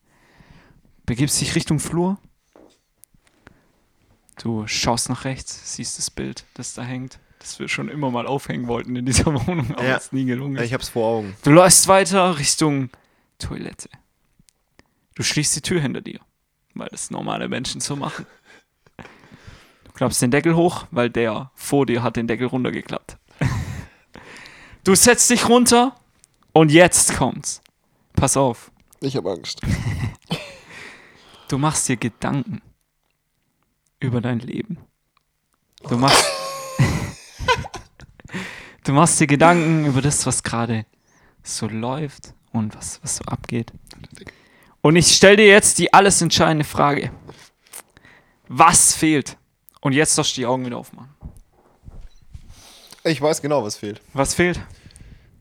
Speaker 2: begibst dich Richtung Flur. Du schaust nach rechts, siehst das Bild, das da hängt, das wir schon immer mal aufhängen wollten in dieser Wohnung, aber
Speaker 1: Ja.
Speaker 2: es nie gelungen ist.
Speaker 1: Ich hab's vor Augen.
Speaker 2: Du läufst weiter Richtung Toilette. Du schließt die Tür hinter dir, weil das normale Menschen so machen. Du klappst den Deckel hoch, weil der vor dir hat den Deckel runtergeklappt. Du setzt dich runter und jetzt kommt's. Pass auf,
Speaker 1: Ich hab Angst.
Speaker 2: du machst dir Gedanken über dein Leben. Du machst Du machst dir Gedanken über das, was gerade so läuft und was, was so abgeht. Und ich stelle dir jetzt die alles entscheidende Frage. Was fehlt? Und jetzt darfst du die Augen wieder aufmachen.
Speaker 1: Ich weiß genau, was fehlt.
Speaker 2: Was fehlt?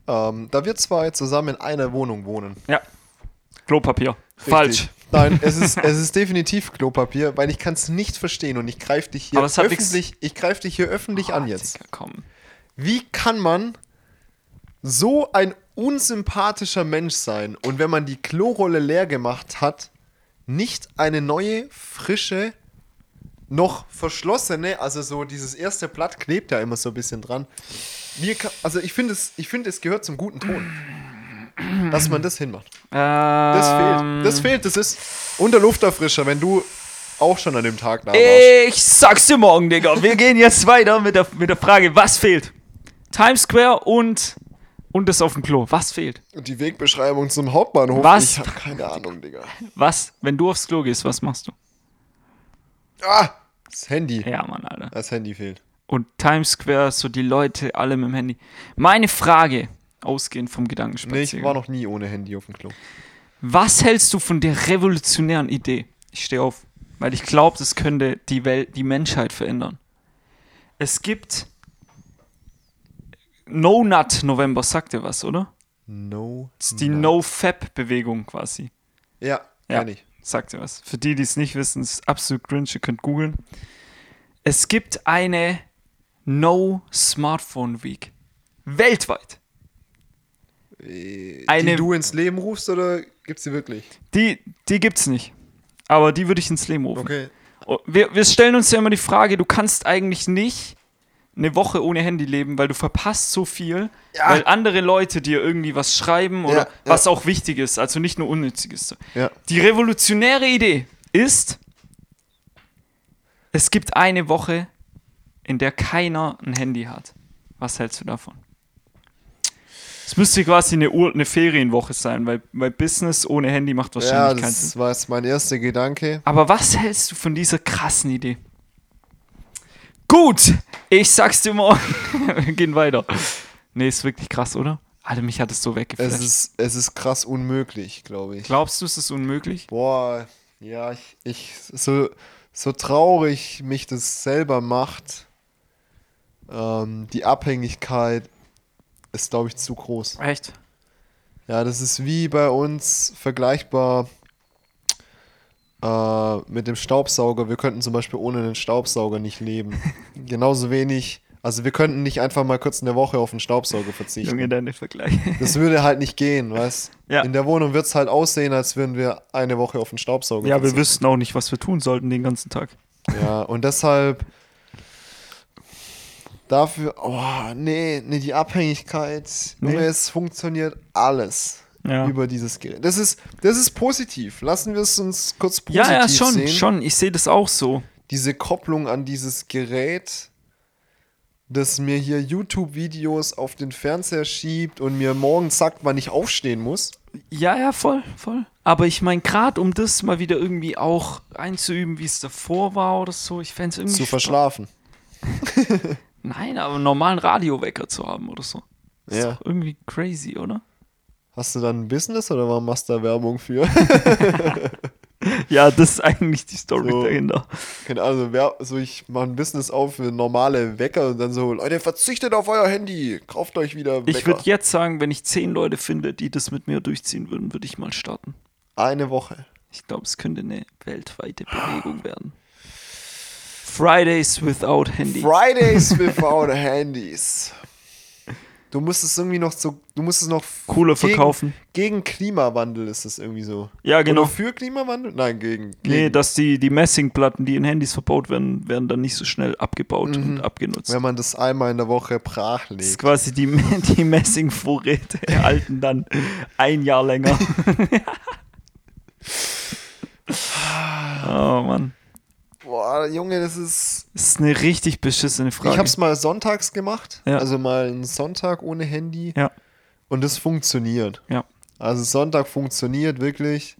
Speaker 1: Ähm, da wir zwei zusammen in einer Wohnung wohnen.
Speaker 2: Ja. Klopapier.
Speaker 1: Richtig.
Speaker 2: Falsch.
Speaker 1: Nein, es ist, es ist definitiv Klopapier, weil ich kann es nicht verstehen und ich greife dich hier
Speaker 2: Aber es hat nix-
Speaker 1: öffentlich, ich greife dich hier öffentlich
Speaker 2: Ah,
Speaker 1: an jetzt.
Speaker 2: Digga, komm.
Speaker 1: Wie kann man so ein unsympathischer Mensch sein und wenn man die Klorolle leer gemacht hat, nicht eine neue, frische, noch verschlossene, also so dieses erste Blatt klebt ja immer so ein bisschen dran. Mir ka- also ich finde es, ich finde es gehört zum guten Ton, dass man das hinmacht. Das
Speaker 2: Ähm,
Speaker 1: fehlt. Das fehlt. Das ist unter Lufterfrischer, wenn du auch schon an dem Tag
Speaker 2: Äh.
Speaker 1: da warst.
Speaker 2: Ich sag's dir morgen, Digga. Wir gehen jetzt weiter mit der, mit der Frage, was fehlt? Times Square und, und das auf dem Klo. Was fehlt?
Speaker 1: Und die Wegbeschreibung zum Hauptbahnhof.
Speaker 2: Was?
Speaker 1: Ich habe keine Ahnung, Digga.
Speaker 2: Was, wenn du aufs Klo gehst, was machst du?
Speaker 1: Ah, das Handy.
Speaker 2: Ja, Mann, Alter.
Speaker 1: Das Handy fehlt.
Speaker 2: Und Times Square, so die Leute alle mit dem Handy. Meine Frage, ausgehend vom
Speaker 1: Nee, ich
Speaker 2: Gedankenspaziergang.
Speaker 1: war noch nie ohne Handy auf dem Klo.
Speaker 2: Was hältst du von der revolutionären Idee? Ich stehe auf, weil ich glaube, das könnte die Welt, die Menschheit verändern. Es gibt No Nut November, sagt ihr was, oder?
Speaker 1: No.
Speaker 2: Das ist die No Fab Bewegung quasi.
Speaker 1: Ja,
Speaker 2: Ja,
Speaker 1: kann ich.
Speaker 2: sagt ihr was. Für die, die es nicht wissen, ist absolut cringe, ihr könnt googeln. Es gibt eine No Smartphone Week. Weltweit.
Speaker 1: Äh,
Speaker 2: Eine-
Speaker 1: die du ins Leben rufst oder gibt's die wirklich?
Speaker 2: Die, die gibt's nicht. Aber die würde ich ins Leben rufen.
Speaker 1: Okay.
Speaker 2: Oh, Wir, wir stellen uns ja immer die Frage, du kannst eigentlich nicht eine Woche ohne Handy leben, weil du verpasst so viel,
Speaker 1: Ja.
Speaker 2: weil andere Leute dir irgendwie was schreiben oder
Speaker 1: Ja, ja.
Speaker 2: was auch wichtig ist, also nicht nur unnütziges.
Speaker 1: Ja.
Speaker 2: Die revolutionäre Idee ist, es gibt eine Woche, in der keiner ein Handy hat. Was hältst du davon? Es müsste quasi eine, Ur eine Ferienwoche sein, weil, weil Business ohne Handy macht
Speaker 1: Ja,
Speaker 2: wahrscheinlich keinen Sinn.
Speaker 1: das war jetzt mein erster Gedanke.
Speaker 2: Aber was hältst du von dieser krassen Idee? Gut, ich sag's dir morgen. Wir gehen weiter. Nee, ist wirklich krass, oder? Alter, mich hat es so weggeflasht.
Speaker 1: Es ist, es ist krass unmöglich, glaube ich.
Speaker 2: Glaubst du, es ist unmöglich?
Speaker 1: Boah, ja, ich, ich so, so traurig mich das selber macht, ähm, die Abhängigkeit ist, glaube ich, zu groß.
Speaker 2: Echt?
Speaker 1: Ja, das ist wie bei uns vergleichbar äh, mit dem Staubsauger. Wir könnten zum Beispiel ohne den Staubsauger nicht leben. Genauso wenig, also wir könnten nicht einfach mal kurz in der Woche auf den Staubsauger verzichten.
Speaker 2: Junge, deine Vergleiche.
Speaker 1: Das würde halt nicht gehen, weißt?
Speaker 2: Ja.
Speaker 1: In der Wohnung wird es halt aussehen, als würden wir eine Woche auf den Staubsauger
Speaker 2: Ja, wir
Speaker 1: verzichten.
Speaker 2: wüssten auch nicht, was wir tun sollten den ganzen Tag.
Speaker 1: Ja, und deshalb dafür, oh, nee, nee, die Abhängigkeit,
Speaker 2: Nee.
Speaker 1: Junge, es funktioniert alles
Speaker 2: Ja.
Speaker 1: über dieses Gerät. Das ist, das ist positiv. Lassen wir es uns kurz positiv
Speaker 2: Ja, ja, schon,
Speaker 1: sehen.
Speaker 2: schon. Ich sehe das auch so.
Speaker 1: Diese Kopplung an dieses Gerät, das mir hier YouTube-Videos auf den Fernseher schiebt und mir morgen sagt, wann ich aufstehen muss.
Speaker 2: Ja, ja, voll, voll. Aber ich meine, gerade um das mal wieder irgendwie auch einzuüben, wie es davor war oder so, ich fände es irgendwie.
Speaker 1: Zu
Speaker 2: spannend.
Speaker 1: verschlafen.
Speaker 2: Nein, aber einen normalen Radiowecker zu haben oder so. Ist
Speaker 1: Ja.
Speaker 2: doch irgendwie crazy, oder?
Speaker 1: Hast du dann ein Business oder warum machst du da Werbung für?
Speaker 2: Ja, das ist eigentlich die Story
Speaker 1: So.
Speaker 2: dahinter.
Speaker 1: Keine Ahnung, so wer, so ich mache ein Business auf für normale Wecker und dann so, Leute, verzichtet auf euer Handy, kauft euch wieder
Speaker 2: Ich
Speaker 1: Wecker.
Speaker 2: würde jetzt sagen, wenn ich zehn Leute finde, die das mit mir durchziehen würden, würde ich mal starten.
Speaker 1: Eine Woche.
Speaker 2: Ich glaube, es könnte eine weltweite Bewegung werden. Fridays without Handy.
Speaker 1: Fridays without Handys. Du musst es irgendwie noch so, du musst es noch
Speaker 2: Cooler
Speaker 1: gegen,
Speaker 2: verkaufen.
Speaker 1: Gegen Klimawandel ist es irgendwie so.
Speaker 2: Ja, genau.
Speaker 1: Oder für Klimawandel? Nein, gegen. gegen.
Speaker 2: Nee, dass die, die Messingplatten, die in Handys verbaut werden, werden dann nicht so schnell abgebaut und abgenutzt.
Speaker 1: Wenn man das einmal in der Woche brach
Speaker 2: Das ist
Speaker 1: legt.
Speaker 2: quasi die, die Messingvorräte der halten dann ein Jahr länger. oh Mann.
Speaker 1: Boah, Junge, das ist.
Speaker 2: Das ist eine richtig beschissene Frage.
Speaker 1: Ich hab's mal sonntags gemacht.
Speaker 2: Ja.
Speaker 1: Also mal einen Sonntag ohne Handy.
Speaker 2: ja,
Speaker 1: Und das funktioniert.
Speaker 2: ja.
Speaker 1: Also Sonntag funktioniert wirklich.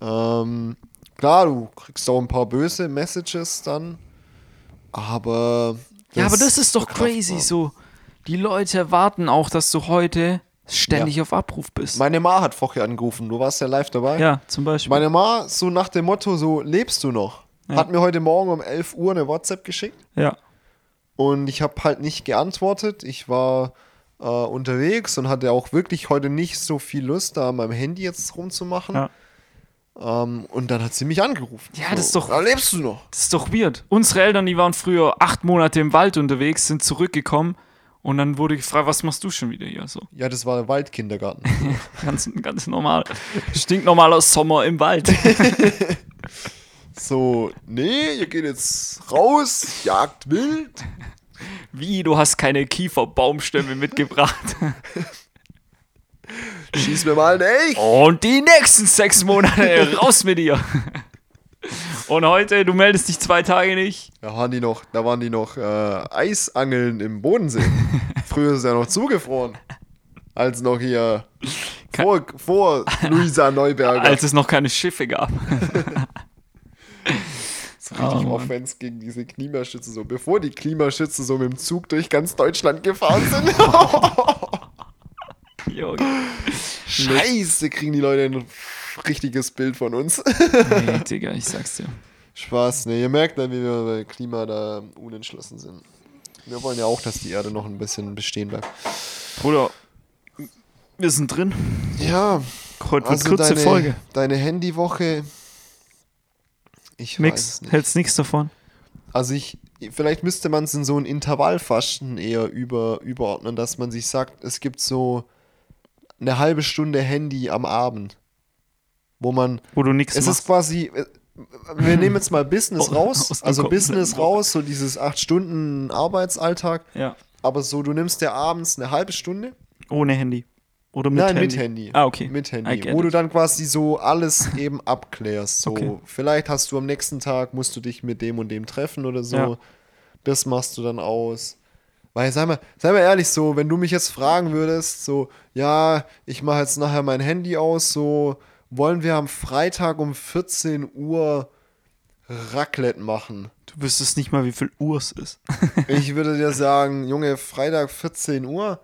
Speaker 1: Ähm, klar, du kriegst auch ein paar böse Messages dann. Aber.
Speaker 2: Ja, aber das ist doch
Speaker 1: verkraftbar.
Speaker 2: crazy so. Die Leute erwarten auch, dass du heute ständig auf Abruf bist.
Speaker 1: Meine Ma hat vorher angerufen, du warst ja live dabei.
Speaker 2: ja, zum Beispiel.
Speaker 1: Meine Ma, so nach dem Motto, so lebst du noch? Hat mir heute Morgen um 11 Uhr eine WhatsApp geschickt
Speaker 2: ja.
Speaker 1: und ich habe halt nicht geantwortet. Ich war äh, unterwegs und hatte auch wirklich heute nicht so viel Lust, da an meinem Handy jetzt rumzumachen.
Speaker 2: Ja.
Speaker 1: Ähm, und dann hat sie mich angerufen.
Speaker 2: Ja, das ist doch-
Speaker 1: Da lebst du noch.
Speaker 2: Das ist doch weird. Unsere Eltern, die waren früher acht Monate im Wald unterwegs, sind zurückgekommen und dann wurde gefragt, was machst du schon wieder hier? So,
Speaker 1: Ja, das war der Waldkindergarten.
Speaker 2: ganz, ganz normal. Stinknormaler Sommer im Wald.
Speaker 1: so, nee, ihr geht jetzt raus, jagt wild.
Speaker 2: Wie, du hast keine Kieferbaumstämme mitgebracht.
Speaker 1: Schieß mir mal einen Elch.
Speaker 2: Und die nächsten sechs Monate raus mit dir. Und heute, du meldest dich zwei Tage nicht.
Speaker 1: Da waren die noch, da waren die noch äh, Eisangeln im Bodensee. Früher ist es ja noch zugefroren. Als noch hier vor, vor Luisa Neuberger.
Speaker 2: als es noch keine Schiffe gab.
Speaker 1: so richtig
Speaker 2: Oh, Mann.
Speaker 1: Offense gegen diese Klimaschütze so, bevor die Klimaschütze so mit dem Zug durch ganz Deutschland gefahren sind.
Speaker 2: Jo,
Speaker 1: Scheiße, kriegen die Leute ein richtiges Bild von uns.
Speaker 2: nee, Digga, ich sag's dir.
Speaker 1: Spaß, ne? Ihr merkt dann, wie wir bei Klima da unentschlossen sind. Wir wollen ja auch, dass die Erde noch ein bisschen bestehen bleibt.
Speaker 2: Bruder, wir sind drin.
Speaker 1: Ja, also
Speaker 2: Heute wird kurze
Speaker 1: deine,
Speaker 2: Folge.
Speaker 1: Deine Handywoche. Ich weiß es
Speaker 2: Nix,
Speaker 1: nicht.
Speaker 2: hältst nichts davon.
Speaker 1: Also ich, vielleicht müsste man es in so ein Intervallfasten eher über, überordnen, dass man sich sagt, es gibt so eine halbe Stunde Handy am Abend, wo man,
Speaker 2: Wo du nichts
Speaker 1: es
Speaker 2: machst.
Speaker 1: ist quasi, äh, wir nehmen jetzt mal Business
Speaker 2: Aus- aus
Speaker 1: raus,
Speaker 2: dem
Speaker 1: also
Speaker 2: kompletten
Speaker 1: Business
Speaker 2: Block.
Speaker 1: raus, so dieses 8 Stunden Arbeitsalltag,
Speaker 2: ja.
Speaker 1: aber so, du nimmst dir abends eine halbe Stunde
Speaker 2: Ohne Handy. Oder mit
Speaker 1: Nein,
Speaker 2: Handy.
Speaker 1: mit Handy.
Speaker 2: Ah, okay.
Speaker 1: Mit
Speaker 2: I
Speaker 1: Handy.
Speaker 2: get
Speaker 1: Wo du
Speaker 2: it.
Speaker 1: dann quasi so alles eben abklärst. So,
Speaker 2: Okay.
Speaker 1: vielleicht hast du am nächsten Tag, musst du dich mit dem und dem treffen oder so.
Speaker 2: Ja.
Speaker 1: Das machst du dann aus. Weil, sei mal, sei mal ehrlich, so, wenn du mich jetzt fragen würdest, so, ja, ich mache jetzt nachher mein Handy aus, so, wollen wir am Freitag um 14 Uhr Raclette machen?
Speaker 2: Du wüsstest nicht mal, wie viel Uhr es ist.
Speaker 1: Ich würde dir sagen, Junge, Freitag 14 Uhr.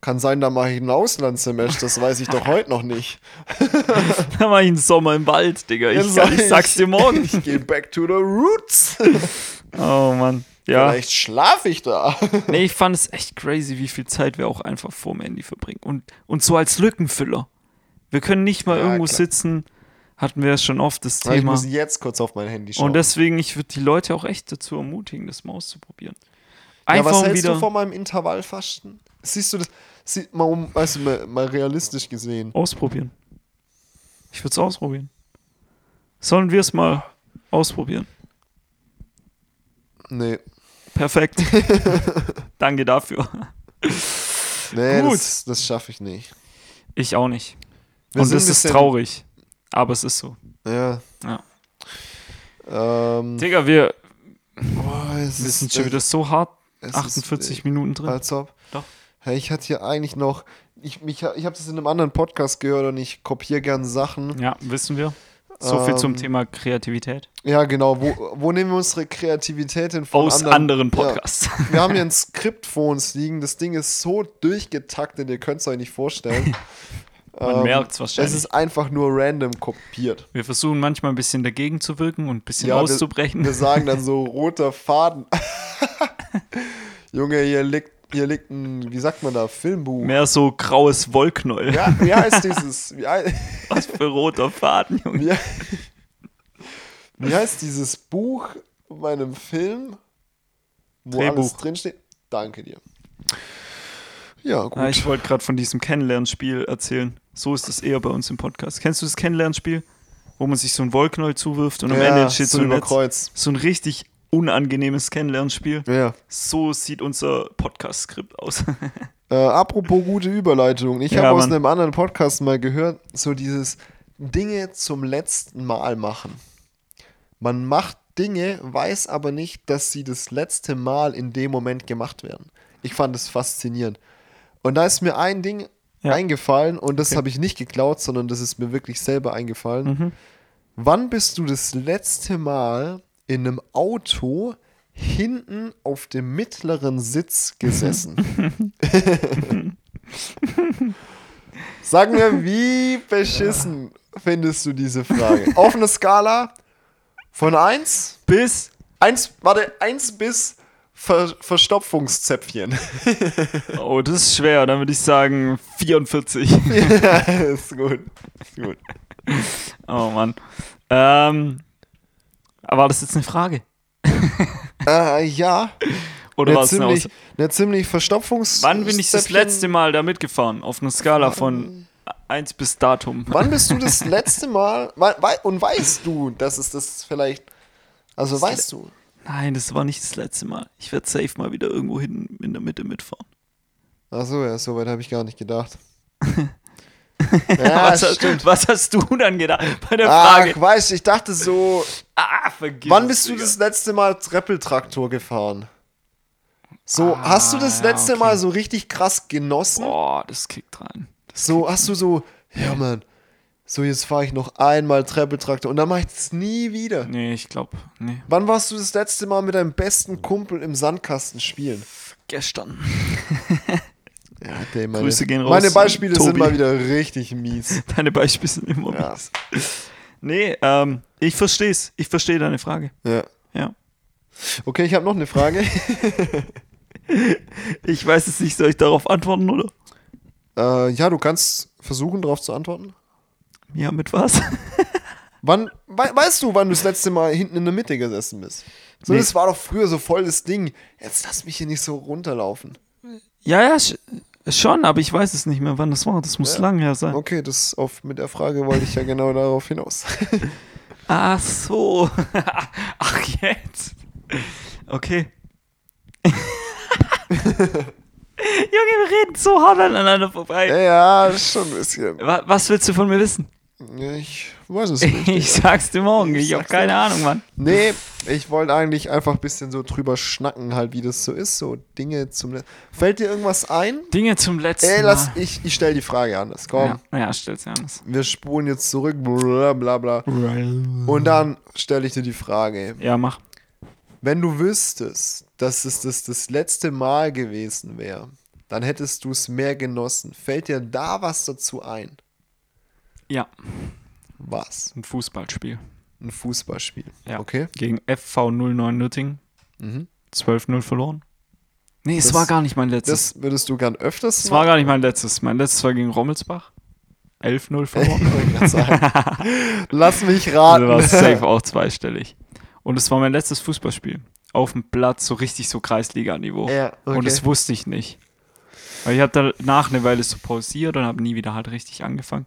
Speaker 1: Kann sein, da mache ich ein Auslandssemester, das weiß ich doch heute noch nicht.
Speaker 2: da war ich im Sommer im Wald, Digga. Ich,
Speaker 1: Jetzt sag
Speaker 2: ich sag's dir morgen.
Speaker 1: Ich gehe back to the roots.
Speaker 2: Oh Mann. Ja.
Speaker 1: Vielleicht schlafe ich da.
Speaker 2: Nee, ich fand es echt crazy, wie viel Zeit wir auch einfach vorm Handy verbringen. Und, und so als Lückenfüller. Wir können nicht mal
Speaker 1: Ja,
Speaker 2: irgendwo
Speaker 1: klar.
Speaker 2: sitzen. Hatten wir ja schon oft das
Speaker 1: Ich
Speaker 2: Thema.
Speaker 1: muss jetzt kurz auf mein Handy schauen.
Speaker 2: Und deswegen, ich würde die Leute auch echt dazu ermutigen, das mal auszuprobieren.
Speaker 1: ja,
Speaker 2: Einfach
Speaker 1: was
Speaker 2: um
Speaker 1: hältst
Speaker 2: wieder
Speaker 1: du von meinem Intervallfasten? Siehst du das? Sieht mal, um, weißt du, mal, mal realistisch gesehen.
Speaker 2: ausprobieren. Ich würde es ausprobieren. Sollen wir es mal ausprobieren?
Speaker 1: Nee.
Speaker 2: Perfekt. Danke dafür.
Speaker 1: Nee,
Speaker 2: Gut.
Speaker 1: das, das schaffe ich nicht.
Speaker 2: Ich auch nicht.
Speaker 1: Wir
Speaker 2: und
Speaker 1: sind
Speaker 2: das
Speaker 1: ein
Speaker 2: ist
Speaker 1: bisschen-
Speaker 2: traurig. Aber es ist so.
Speaker 1: Ja.
Speaker 2: Ja.
Speaker 1: Ähm,
Speaker 2: Digga, wir,
Speaker 1: boah, es
Speaker 2: wir
Speaker 1: ist- äh,
Speaker 2: sind schon wieder so hart.
Speaker 1: es ist- äh,
Speaker 2: 48 Minuten drin.
Speaker 1: Als ob.
Speaker 2: Doch.
Speaker 1: Hey, ich hatte hier eigentlich noch. Ich, mich, ich habe das in einem anderen Podcast gehört und ich kopiere gerne Sachen.
Speaker 2: Ja, wissen wir. So viel zum
Speaker 1: Ähm,
Speaker 2: Thema Kreativität.
Speaker 1: Ja, genau. Wo, wo nehmen wir unsere Kreativität hin? Von
Speaker 2: Aus anderen, Podcasts.
Speaker 1: Ja. Wir haben hier ein Skript vor uns liegen. Das Ding ist so durchgetaktet, ihr könnt es euch nicht vorstellen. Ähm,
Speaker 2: Man merkt's
Speaker 1: Es
Speaker 2: wahrscheinlich.
Speaker 1: ist einfach nur random kopiert.
Speaker 2: wir versuchen manchmal ein bisschen dagegen zu wirken und ein bisschen
Speaker 1: Ja, wir-
Speaker 2: auszubrechen.
Speaker 1: Wir sagen dann so roter Faden. Junge, hier liegt, hier liegt ein, wie sagt man da, Filmbuch.
Speaker 2: Mehr so graues Wollknäuel.
Speaker 1: Ja, wie heißt dieses? Wie, hei-
Speaker 2: Was für roter Faden, Junge.
Speaker 1: Wie, wie heißt dieses Buch, bei einem Film, wo
Speaker 2: Drehbuch.
Speaker 1: alles drinsteht. Danke dir. Ja, gut.
Speaker 2: Ah, ich wollte gerade von diesem Kennenlernspiel erzählen. So ist es eher bei uns im Podcast. Kennst du das Kennenlernspiel, wo man sich so ein Wollknäuel zuwirft und am
Speaker 1: Ja,
Speaker 2: Ende entsteht so
Speaker 1: so
Speaker 2: ein
Speaker 1: über
Speaker 2: Netz?
Speaker 1: Kreuz.
Speaker 2: So ein richtig unangenehmes Kennenlernspiel.
Speaker 1: ja.
Speaker 2: So sieht unser Podcast-Skript aus.
Speaker 1: Äh, apropos gute Überleitung. Ich
Speaker 2: Ja,
Speaker 1: habe aus
Speaker 2: Mann.
Speaker 1: einem anderen Podcast mal gehört, so dieses Dinge zum letzten Mal machen. Man macht Dinge, weiß aber nicht, dass sie das letzte Mal in dem Moment gemacht werden. Ich fand es faszinierend. Und da ist mir ein Ding
Speaker 2: Ja.
Speaker 1: eingefallen und das habe ich nicht geklaut, sondern das ist mir wirklich selber eingefallen. Wann bist du das letzte Mal in einem Auto hinten auf dem mittleren Sitz gesessen? Sag mir, wie beschissen findest du diese Frage? Auf einer Skala von 1,
Speaker 2: Bis
Speaker 1: 1, warte, 1 bis Ver Verstopfungszäpfchen.
Speaker 2: Oh, das ist schwer. Dann würde ich sagen 44.
Speaker 1: ja, ist gut. Ist gut.
Speaker 2: Oh Mann. Ähm, aber war das jetzt eine Frage?
Speaker 1: Äh, ja,
Speaker 2: Oder war
Speaker 1: eine
Speaker 2: es eine
Speaker 1: ziemlich,
Speaker 2: Aussage?
Speaker 1: eine ziemlich Verstopfungs.
Speaker 2: Wann bin ich das
Speaker 1: Zäpfchen-
Speaker 2: letzte Mal da mitgefahren? Auf einer Skala von 1 bis Datum.
Speaker 1: Wann bist du das letzte Mal? wei- wei- Und weißt du, dass es das vielleicht. Also weißt du.
Speaker 2: Nein, das war nicht das letzte Mal. Ich werde safe mal wieder irgendwo hinten in der Mitte mitfahren.
Speaker 1: Achso, ja, so weit habe ich gar nicht gedacht. Ja,
Speaker 2: was, hast, was hast du dann gedacht bei der
Speaker 1: Ach,
Speaker 2: Frage?
Speaker 1: weißt du, ich dachte so,
Speaker 2: Ah, vergiss
Speaker 1: wann
Speaker 2: es,
Speaker 1: bist du
Speaker 2: Digga.
Speaker 1: das letzte Mal Treppeltraktor gefahren? So,
Speaker 2: Ah,
Speaker 1: hast du das
Speaker 3: ja,
Speaker 1: letzte
Speaker 3: okay.
Speaker 1: Mal so richtig krass genossen?
Speaker 2: Boah, Oh, das kickt rein.
Speaker 1: So, hast du so, ja Mann, so jetzt fahre ich noch einmal Treppeltraktor und dann mach ich das nie wieder.
Speaker 2: Nee, ich glaube, nee.
Speaker 1: Wann warst du das letzte Mal mit deinem besten Kumpel im Sandkasten spielen?
Speaker 2: Gestern.
Speaker 1: Ja, der, meine,
Speaker 2: Grüße gehen raus
Speaker 1: Meine Beispiele
Speaker 2: an
Speaker 1: sind
Speaker 2: Tobi.
Speaker 1: mal wieder richtig mies.
Speaker 2: Deine Beispiele sind immer
Speaker 1: Ja.
Speaker 2: mies. Nee, ähm, ich versteh's. Ich verstehe deine Frage.
Speaker 1: Ja.
Speaker 2: Ja.
Speaker 1: Okay, ich habe noch eine Frage.
Speaker 2: Ich weiß es nicht, soll ich darauf antworten, oder?
Speaker 1: äh, ja, du kannst versuchen, darauf zu antworten.
Speaker 2: Ja, mit was?
Speaker 1: Wann, wei- weißt du, wann du das letzte Mal hinten in der Mitte gesessen bist? So,
Speaker 2: Nee.
Speaker 1: das war doch früher so voll das Ding. Jetzt lass mich hier nicht so runterlaufen.
Speaker 2: Ja, ja, sch schon, aber ich weiß es nicht mehr, wann das war. Das muss
Speaker 1: Ja.
Speaker 2: lang her sein.
Speaker 1: Okay, das auf, mit der Frage wollte ich ja genau darauf hinaus.
Speaker 2: Ach so. Ach, jetzt. Okay. Junge, wir reden so hart aneinander vorbei.
Speaker 1: ja, schon ein bisschen.
Speaker 2: Wa was willst du von mir wissen?
Speaker 1: Ich weiß es nicht.
Speaker 2: Ich sag's dir morgen.
Speaker 1: Ich
Speaker 2: Ich habe
Speaker 1: sag's dir.
Speaker 2: keine Ahnung, Mann.
Speaker 1: Nee, ich wollte eigentlich einfach ein bisschen so drüber schnacken, halt, wie das so ist. So Dinge zum. Le- Fällt dir irgendwas ein?
Speaker 3: Dinge zum letzten
Speaker 1: Ey, lass,
Speaker 3: Mal.
Speaker 1: ich, ich stell die Frage anders. Komm,
Speaker 2: Ja, ja stell's dir anders.
Speaker 1: wir spulen jetzt zurück, bla bla bla. Und dann stelle ich dir die Frage.
Speaker 2: Ja, mach.
Speaker 1: Wenn du wüsstest, dass es das, das letzte Mal gewesen wäre, dann hättest du es mehr genossen. Fällt dir da was dazu ein?
Speaker 2: Ja,
Speaker 1: Was?
Speaker 2: ein Fußballspiel.
Speaker 1: Ein Fußballspiel.
Speaker 2: Ja.
Speaker 1: Okay. Mhm.
Speaker 2: Gegen FV 09 Nürtingen. 12-0 verloren. Nee, es
Speaker 1: Das-
Speaker 2: war gar nicht mein letztes.
Speaker 1: Das würdest du gern öfters
Speaker 2: Es war gar nicht mein letztes. Mein letztes war gegen Rommelsbach. 11-0 verloren.
Speaker 1: Wollte ich grad sagen. Lass mich
Speaker 2: Also war
Speaker 1: raten.
Speaker 2: es safe auch zweistellig. Und es war mein letztes Fußballspiel. Auf dem Platz, so richtig so Kreisliga-Niveau.
Speaker 1: Ja, okay.
Speaker 2: Und das wusste ich nicht. Weil ich habe danach eine ne Weile so pausiert und habe nie wieder halt richtig angefangen.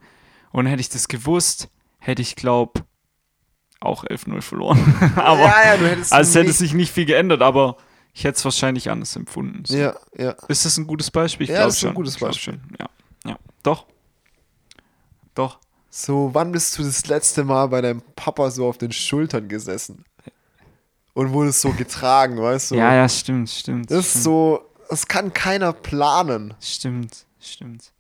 Speaker 2: Und hätte ich das gewusst, hätte ich, glaub, auch 11-0 verloren. aber
Speaker 1: ja, ja, du hättest
Speaker 2: also es hätte
Speaker 1: nicht-
Speaker 2: sich nicht viel geändert, aber ich hätte es wahrscheinlich anders empfunden. So.
Speaker 1: Ja, ja.
Speaker 2: Ist das ein gutes Beispiel? Ich
Speaker 1: Ja,
Speaker 2: glaub
Speaker 1: das ist ein
Speaker 2: schon.
Speaker 1: gutes
Speaker 2: Ich glaub
Speaker 1: Beispiel.
Speaker 2: schon. Ja. ja, doch. Doch.
Speaker 1: So, wann bist du das letzte Mal bei deinem Papa so auf den Schultern gesessen? Und wurdest so getragen, weißt du?
Speaker 2: Ja, ja, stimmt, stimmt.
Speaker 1: Das
Speaker 2: stimmt.
Speaker 1: ist so, das kann keiner planen.
Speaker 2: Stimmt, stimmt.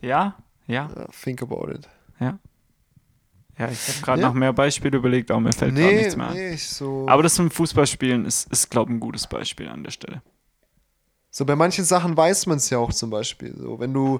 Speaker 2: Ja, ja,
Speaker 1: Ja, Think about it.
Speaker 2: ja. Ja, ich habe gerade
Speaker 1: Ja.
Speaker 2: nach mehr Beispielen überlegt, aber mir fällt nee,
Speaker 1: Nee,
Speaker 2: nichts mehr ein.
Speaker 1: nee, ich so.
Speaker 2: Aber das mit dem Fußballspielen ist, ist glaube ich, ein gutes Beispiel an der Stelle.
Speaker 1: so bei manchen Sachen weiß man es ja auch zum Beispiel. So, wenn du,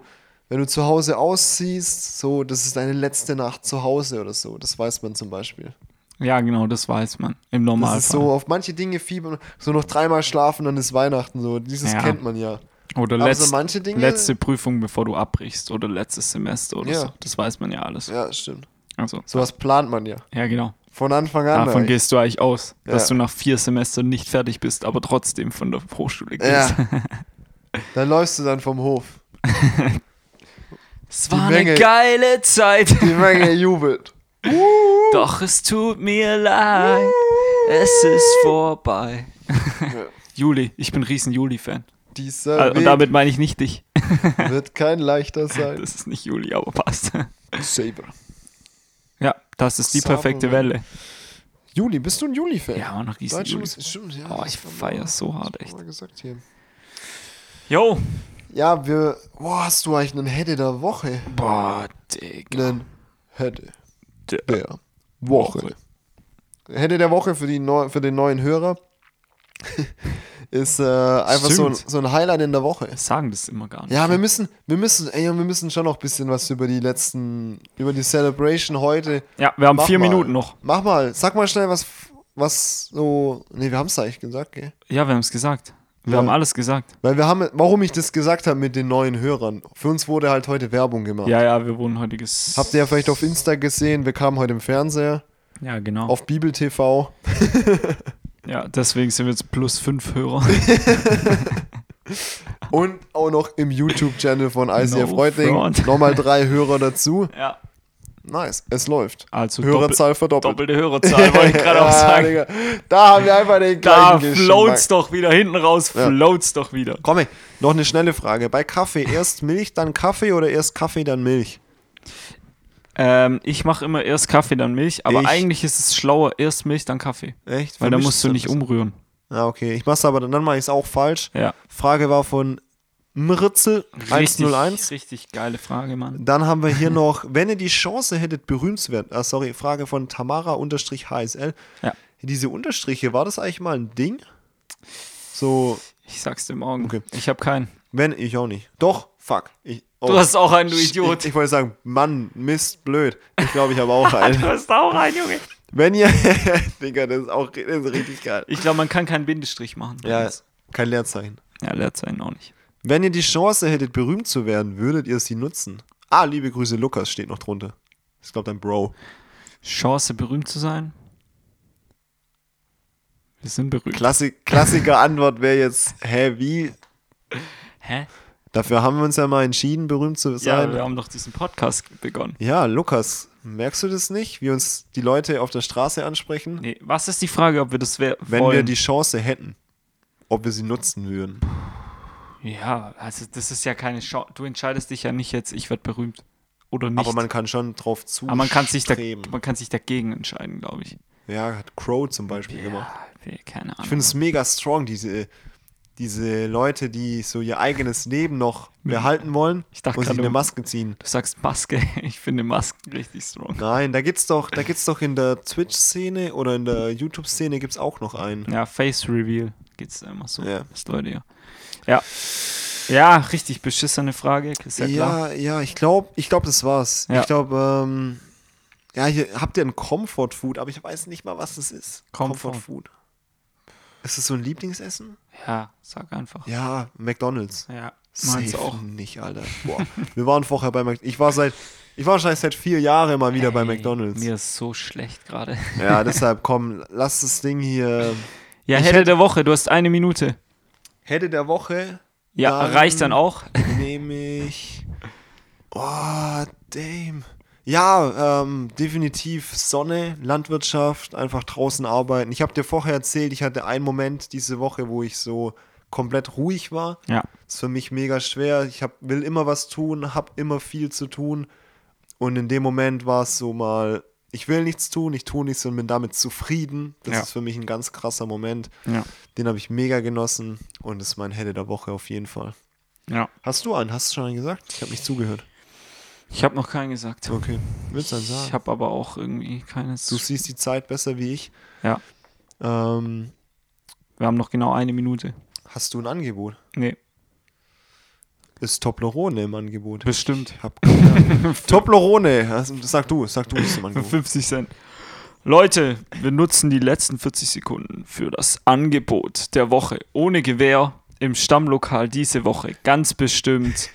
Speaker 1: wenn du zu Hause ausziehst, so, das ist deine letzte Nacht zu Hause oder so. Das weiß man zum Beispiel.
Speaker 2: Ja, genau, das weiß man. Im
Speaker 1: Das
Speaker 2: Normalfall.
Speaker 1: ist so, auf manche Dinge fiebern, so noch dreimal schlafen, dann ist Weihnachten so. Dieses
Speaker 2: Ja.
Speaker 1: kennt man ja.
Speaker 2: oder
Speaker 1: aber so
Speaker 2: letzt,
Speaker 1: manche Dinge-
Speaker 2: letzte Prüfung, bevor du abbrichst. Oder letztes Semester oder
Speaker 1: Ja.
Speaker 2: so. Das weiß man ja alles.
Speaker 1: Ja, stimmt.
Speaker 2: Also,
Speaker 1: Sowas plant man ja.
Speaker 2: ja, genau.
Speaker 3: Von Anfang an.
Speaker 2: Davon
Speaker 3: ey.
Speaker 2: gehst du eigentlich aus, dass du
Speaker 3: Ja.
Speaker 2: nach vier Semestern nicht fertig bist, aber trotzdem von der Hochschule gehst.
Speaker 3: Ja. Dann läufst du dann vom Hof.
Speaker 4: Es war
Speaker 3: Die Menge-
Speaker 4: eine geile Zeit.
Speaker 3: Die Menge jubelt.
Speaker 4: Doch es tut mir leid. es ist vorbei.
Speaker 2: Juli, ich bin riesen Juli-Fan.
Speaker 3: Dieser
Speaker 2: Also, und
Speaker 3: Äh, Weg
Speaker 2: damit meine ich nicht dich.
Speaker 3: wird kein leichter sein.
Speaker 2: Das ist nicht Juli, aber passt.
Speaker 3: Saber.
Speaker 2: Ja, das ist die
Speaker 3: Sauber,
Speaker 2: perfekte
Speaker 3: Mann.
Speaker 2: Welle.
Speaker 3: Juli, bist du ein Juli-Fan?
Speaker 2: Ja, auch noch riesen
Speaker 3: Deutsche
Speaker 2: Juli.
Speaker 3: Musik, stimmt, ja.
Speaker 2: Oh, ich
Speaker 3: das haben wir
Speaker 2: feiere so hart,
Speaker 3: schon
Speaker 2: echt.
Speaker 3: mal gesagt hier.
Speaker 2: Yo!
Speaker 3: Ja, wir. Boah, hast du eigentlich einen Hätte der Woche?
Speaker 2: Boah, Digga.
Speaker 3: Einen Hätte
Speaker 2: Der äh,
Speaker 3: der Woche. Hätte der Woche für, die neu, für den neuen Hörer ist äh, einfach so ein,
Speaker 2: Stimmt.
Speaker 3: so ein Highlight in der Woche.
Speaker 2: Sagen das immer gar nicht.
Speaker 3: Ja, wir müssen, wir müssen, ey, wir müssen schon noch ein bisschen was über die letzten, über die Celebration heute.
Speaker 2: Ja, wir haben
Speaker 3: Mach
Speaker 2: vier
Speaker 3: mal.
Speaker 2: Minuten noch.
Speaker 3: Mach mal, sag mal schnell was, was so. Nee, wir haben es eigentlich gesagt, gell?
Speaker 2: Ja, wir haben es gesagt. Wir
Speaker 3: Ja.
Speaker 2: haben alles gesagt.
Speaker 3: Weil wir haben, warum ich das gesagt habe mit den neuen Hörern. Für uns wurde halt heute Werbung gemacht.
Speaker 2: Ja, ja, wir wurden heute ges...
Speaker 3: Habt ihr ja vielleicht auf Insta gesehen, wir kamen heute im Fernseher,
Speaker 2: Ja, genau.
Speaker 3: auf Bibel TV.
Speaker 2: Ja, deswegen sind wir jetzt plus fünf Hörer.
Speaker 3: Und auch noch im YouTube-Channel von ICF
Speaker 2: No
Speaker 3: Reutlingen.
Speaker 2: front.
Speaker 3: Nochmal drei Hörer dazu.
Speaker 2: ja,
Speaker 3: Nice, es läuft.
Speaker 2: also doppel-
Speaker 3: Hörerzahl verdoppelt.
Speaker 2: doppelte Hörerzahl, wollte ich gerade auch
Speaker 3: Ja,
Speaker 2: sagen.
Speaker 3: Digga, da haben wir einfach den
Speaker 2: Da
Speaker 3: gleichen
Speaker 2: float's
Speaker 3: Geschmack.
Speaker 2: doch wieder, hinten raus float's doch wieder.
Speaker 3: Komm, ey, noch eine schnelle Frage. Bei Kaffee erst Milch, dann Kaffee oder erst Kaffee, dann Milch?
Speaker 2: Ähm, ich mache immer erst Kaffee, dann Milch, aber
Speaker 3: Ich-
Speaker 2: eigentlich ist es schlauer, erst Milch, dann Kaffee.
Speaker 3: Echt?
Speaker 2: Weil da
Speaker 3: Vermischt
Speaker 2: musst du
Speaker 3: es
Speaker 2: nicht
Speaker 3: dann
Speaker 2: umrühren.
Speaker 3: so. Ah, okay. Ich mach's aber, dann, dann mach ich's auch falsch.
Speaker 2: Ja.
Speaker 3: Frage war von Mritzel
Speaker 2: Richtig,
Speaker 3: 101.
Speaker 2: richtig geile Frage, Mann.
Speaker 3: Dann haben wir hier noch, wenn ihr die Chance hättet, berühmtswert. Ah, sorry, Frage von Tamara-HSL.
Speaker 2: Ja.
Speaker 3: Diese Unterstriche, war das eigentlich mal ein Ding? So,
Speaker 2: Ich sag's dir morgen.
Speaker 3: Okay.
Speaker 2: Ich habe keinen.
Speaker 3: wenn, ich auch nicht. Doch, fuck. Ich, oh.
Speaker 2: Du hast auch einen, du
Speaker 3: Ich-
Speaker 2: Idiot.
Speaker 3: Ich, ich wollte sagen, Mann, Mist, blöd. Ich glaube, ich habe auch einen.
Speaker 2: hast auch einen, Junge.
Speaker 3: wenn ihr. Digga, das ist auch das ist richtig geil.
Speaker 2: Ich glaube, man kann keinen Bindestrich machen.
Speaker 3: Ja, kein Leerzeichen.
Speaker 2: ja lehrt einen auch nicht.
Speaker 3: Wenn ihr die Chance hättet, berühmt zu werden, würdet ihr sie nutzen? Ah, liebe Grüße, Lukas steht noch drunter. Ich glaube, dein Bro.
Speaker 2: Chance, berühmt zu sein? Wir sind berühmt.
Speaker 3: Klassik, Klassiker Antwort wäre jetzt, hä, wie?
Speaker 2: Hä?
Speaker 3: Dafür haben wir uns ja mal entschieden, berühmt zu
Speaker 2: Ja,
Speaker 3: sein.
Speaker 2: wir
Speaker 3: Ja,
Speaker 2: haben doch diesen Podcast begonnen.
Speaker 3: Lukas, merkst du das nicht, wie uns die Leute auf der Straße ansprechen?
Speaker 2: Nee, was ist die Frage, ob wir das wär,
Speaker 3: Wenn wir
Speaker 2: wollen?
Speaker 3: die Chance hätten, ob wir sie nutzen würden.
Speaker 2: Ja, also das ist ja keine Chance. Du entscheidest dich ja nicht jetzt, ich werde berühmt oder nicht.
Speaker 3: Aber man kann schon drauf zu.
Speaker 2: Aber man kann, sich da, man kann sich dagegen entscheiden, glaube ich.
Speaker 3: Ja, hat Crow zum Beispiel gemacht.
Speaker 2: Ja, keine Ahnung.
Speaker 3: Ich finde es mega strong, diese, diese Leute, die so ihr eigenes Leben noch behalten wollen
Speaker 2: Mhm. Ich dachte
Speaker 3: und sich
Speaker 2: gerade, um-
Speaker 3: eine
Speaker 2: du-
Speaker 3: Maske ziehen.
Speaker 2: du sagst Maske. Ich finde Masken richtig strong.
Speaker 3: Nein, da gibt's doch, da gibt's doch in der Twitch-Szene oder in der YouTube-Szene gibt's auch noch einen.
Speaker 2: Ja, Face Reveal geht's da immer so.
Speaker 3: Ja.
Speaker 2: Das Leute ja. Ja. Ja, richtig beschissene Frage. Ist ja, klar.
Speaker 3: Ja, ja, ich glaube, ich glaub, das war's.
Speaker 2: Ja.
Speaker 3: Ich glaube, ähm, ja, hier habt ihr ein Comfort Food, aber ich weiß nicht mal, was das ist.
Speaker 2: Comfort.
Speaker 3: Food. Ist das so ein Lieblingsessen?
Speaker 2: Ja, sag einfach.
Speaker 3: Ja, McDonalds.
Speaker 2: Ja, meinst du
Speaker 3: Safe
Speaker 2: auch.
Speaker 3: nicht, Alter. Boah. Wir waren vorher bei McDonalds. Ich war seit, ich war wahrscheinlich seit vier Jahren mal wieder bei
Speaker 2: Ey,
Speaker 3: McDonalds.
Speaker 2: Mir ist so schlecht gerade.
Speaker 3: Ja, deshalb komm, lass das Ding hier.
Speaker 2: Ja,
Speaker 3: Ich
Speaker 2: Hätte
Speaker 3: hätte-
Speaker 2: der Woche, du hast eine Minute.
Speaker 3: Hätte der Woche
Speaker 2: Ja,
Speaker 3: Dann-
Speaker 2: reicht dann auch.
Speaker 3: nehme ich. Oh, damn. Ja, ähm, definitiv Sonne, Landwirtschaft, einfach draußen arbeiten. Ich habe dir vorher erzählt, ich hatte einen Moment diese Woche, wo ich so komplett ruhig war.
Speaker 2: Ja.
Speaker 3: Ist für mich mega schwer. Ich hab, will immer was tun, habe immer viel zu tun. Und in dem Moment war es so mal, ich will nichts tun, ich tue nichts und bin damit zufrieden. Das
Speaker 2: Ja.
Speaker 3: ist für mich ein ganz krasser Moment.
Speaker 2: Ja.
Speaker 3: Den habe ich mega genossen und ist mein Helle der Woche auf jeden Fall.
Speaker 2: Ja.
Speaker 3: Hast du einen? Hast du schon einen gesagt? Ich habe nicht zugehört.
Speaker 2: Ich habe noch keinen gesagt.
Speaker 3: Okay. Willst du einen
Speaker 2: Ich
Speaker 3: sagen?
Speaker 2: habe aber auch irgendwie keines.
Speaker 3: Du siehst die Zeit besser wie ich.
Speaker 2: Ja,
Speaker 3: Ähm,
Speaker 2: wir haben noch genau eine Minute.
Speaker 3: hast du ein Angebot?
Speaker 2: Nee,
Speaker 3: Ist Toblerone im Angebot?
Speaker 2: bestimmt.
Speaker 3: Ich hab keine Ahnung. Toblerone. Also, Sag du, sag du, ist im
Speaker 2: Für
Speaker 3: Angebot.
Speaker 2: 50 Cent. Leute, wir nutzen die letzten 40 Sekunden für das Angebot der Woche ohne Gewehr im Stammlokal diese Woche. Ganz bestimmt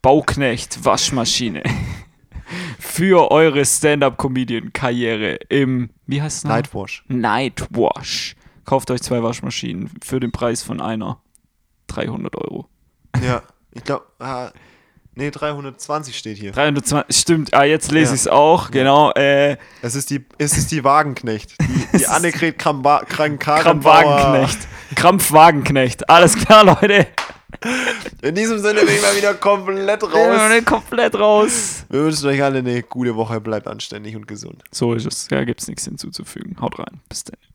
Speaker 2: Bauknecht Waschmaschine. für eure Stand-Up-Comedian-Karriere im, wie heißt es?
Speaker 3: Nightwash.
Speaker 2: Nightwash. Kauft euch zwei Waschmaschinen für den Preis von einer. 300 Euro.
Speaker 3: Ja, ich glaube, äh, nee, 320 steht hier.
Speaker 2: 320, stimmt, ah, jetzt lese
Speaker 3: Ja.
Speaker 2: ich es auch, genau. Äh,
Speaker 3: Es ist die, es ist die Wagenknecht. Die, die Annegret Kramba- Krank- Kramp-Wagenknecht.
Speaker 2: Krampfwagenknecht. Krampfwagenknecht. Alles klar, Leute.
Speaker 3: In diesem Sinne bin ich mal wieder komplett raus.
Speaker 2: Leute, Komplett raus.
Speaker 3: Wir wünschen euch alle eine gute Woche. Bleibt anständig und gesund.
Speaker 2: So ist es. Ja, gibt's nichts hinzuzufügen. Haut rein. Bis dann.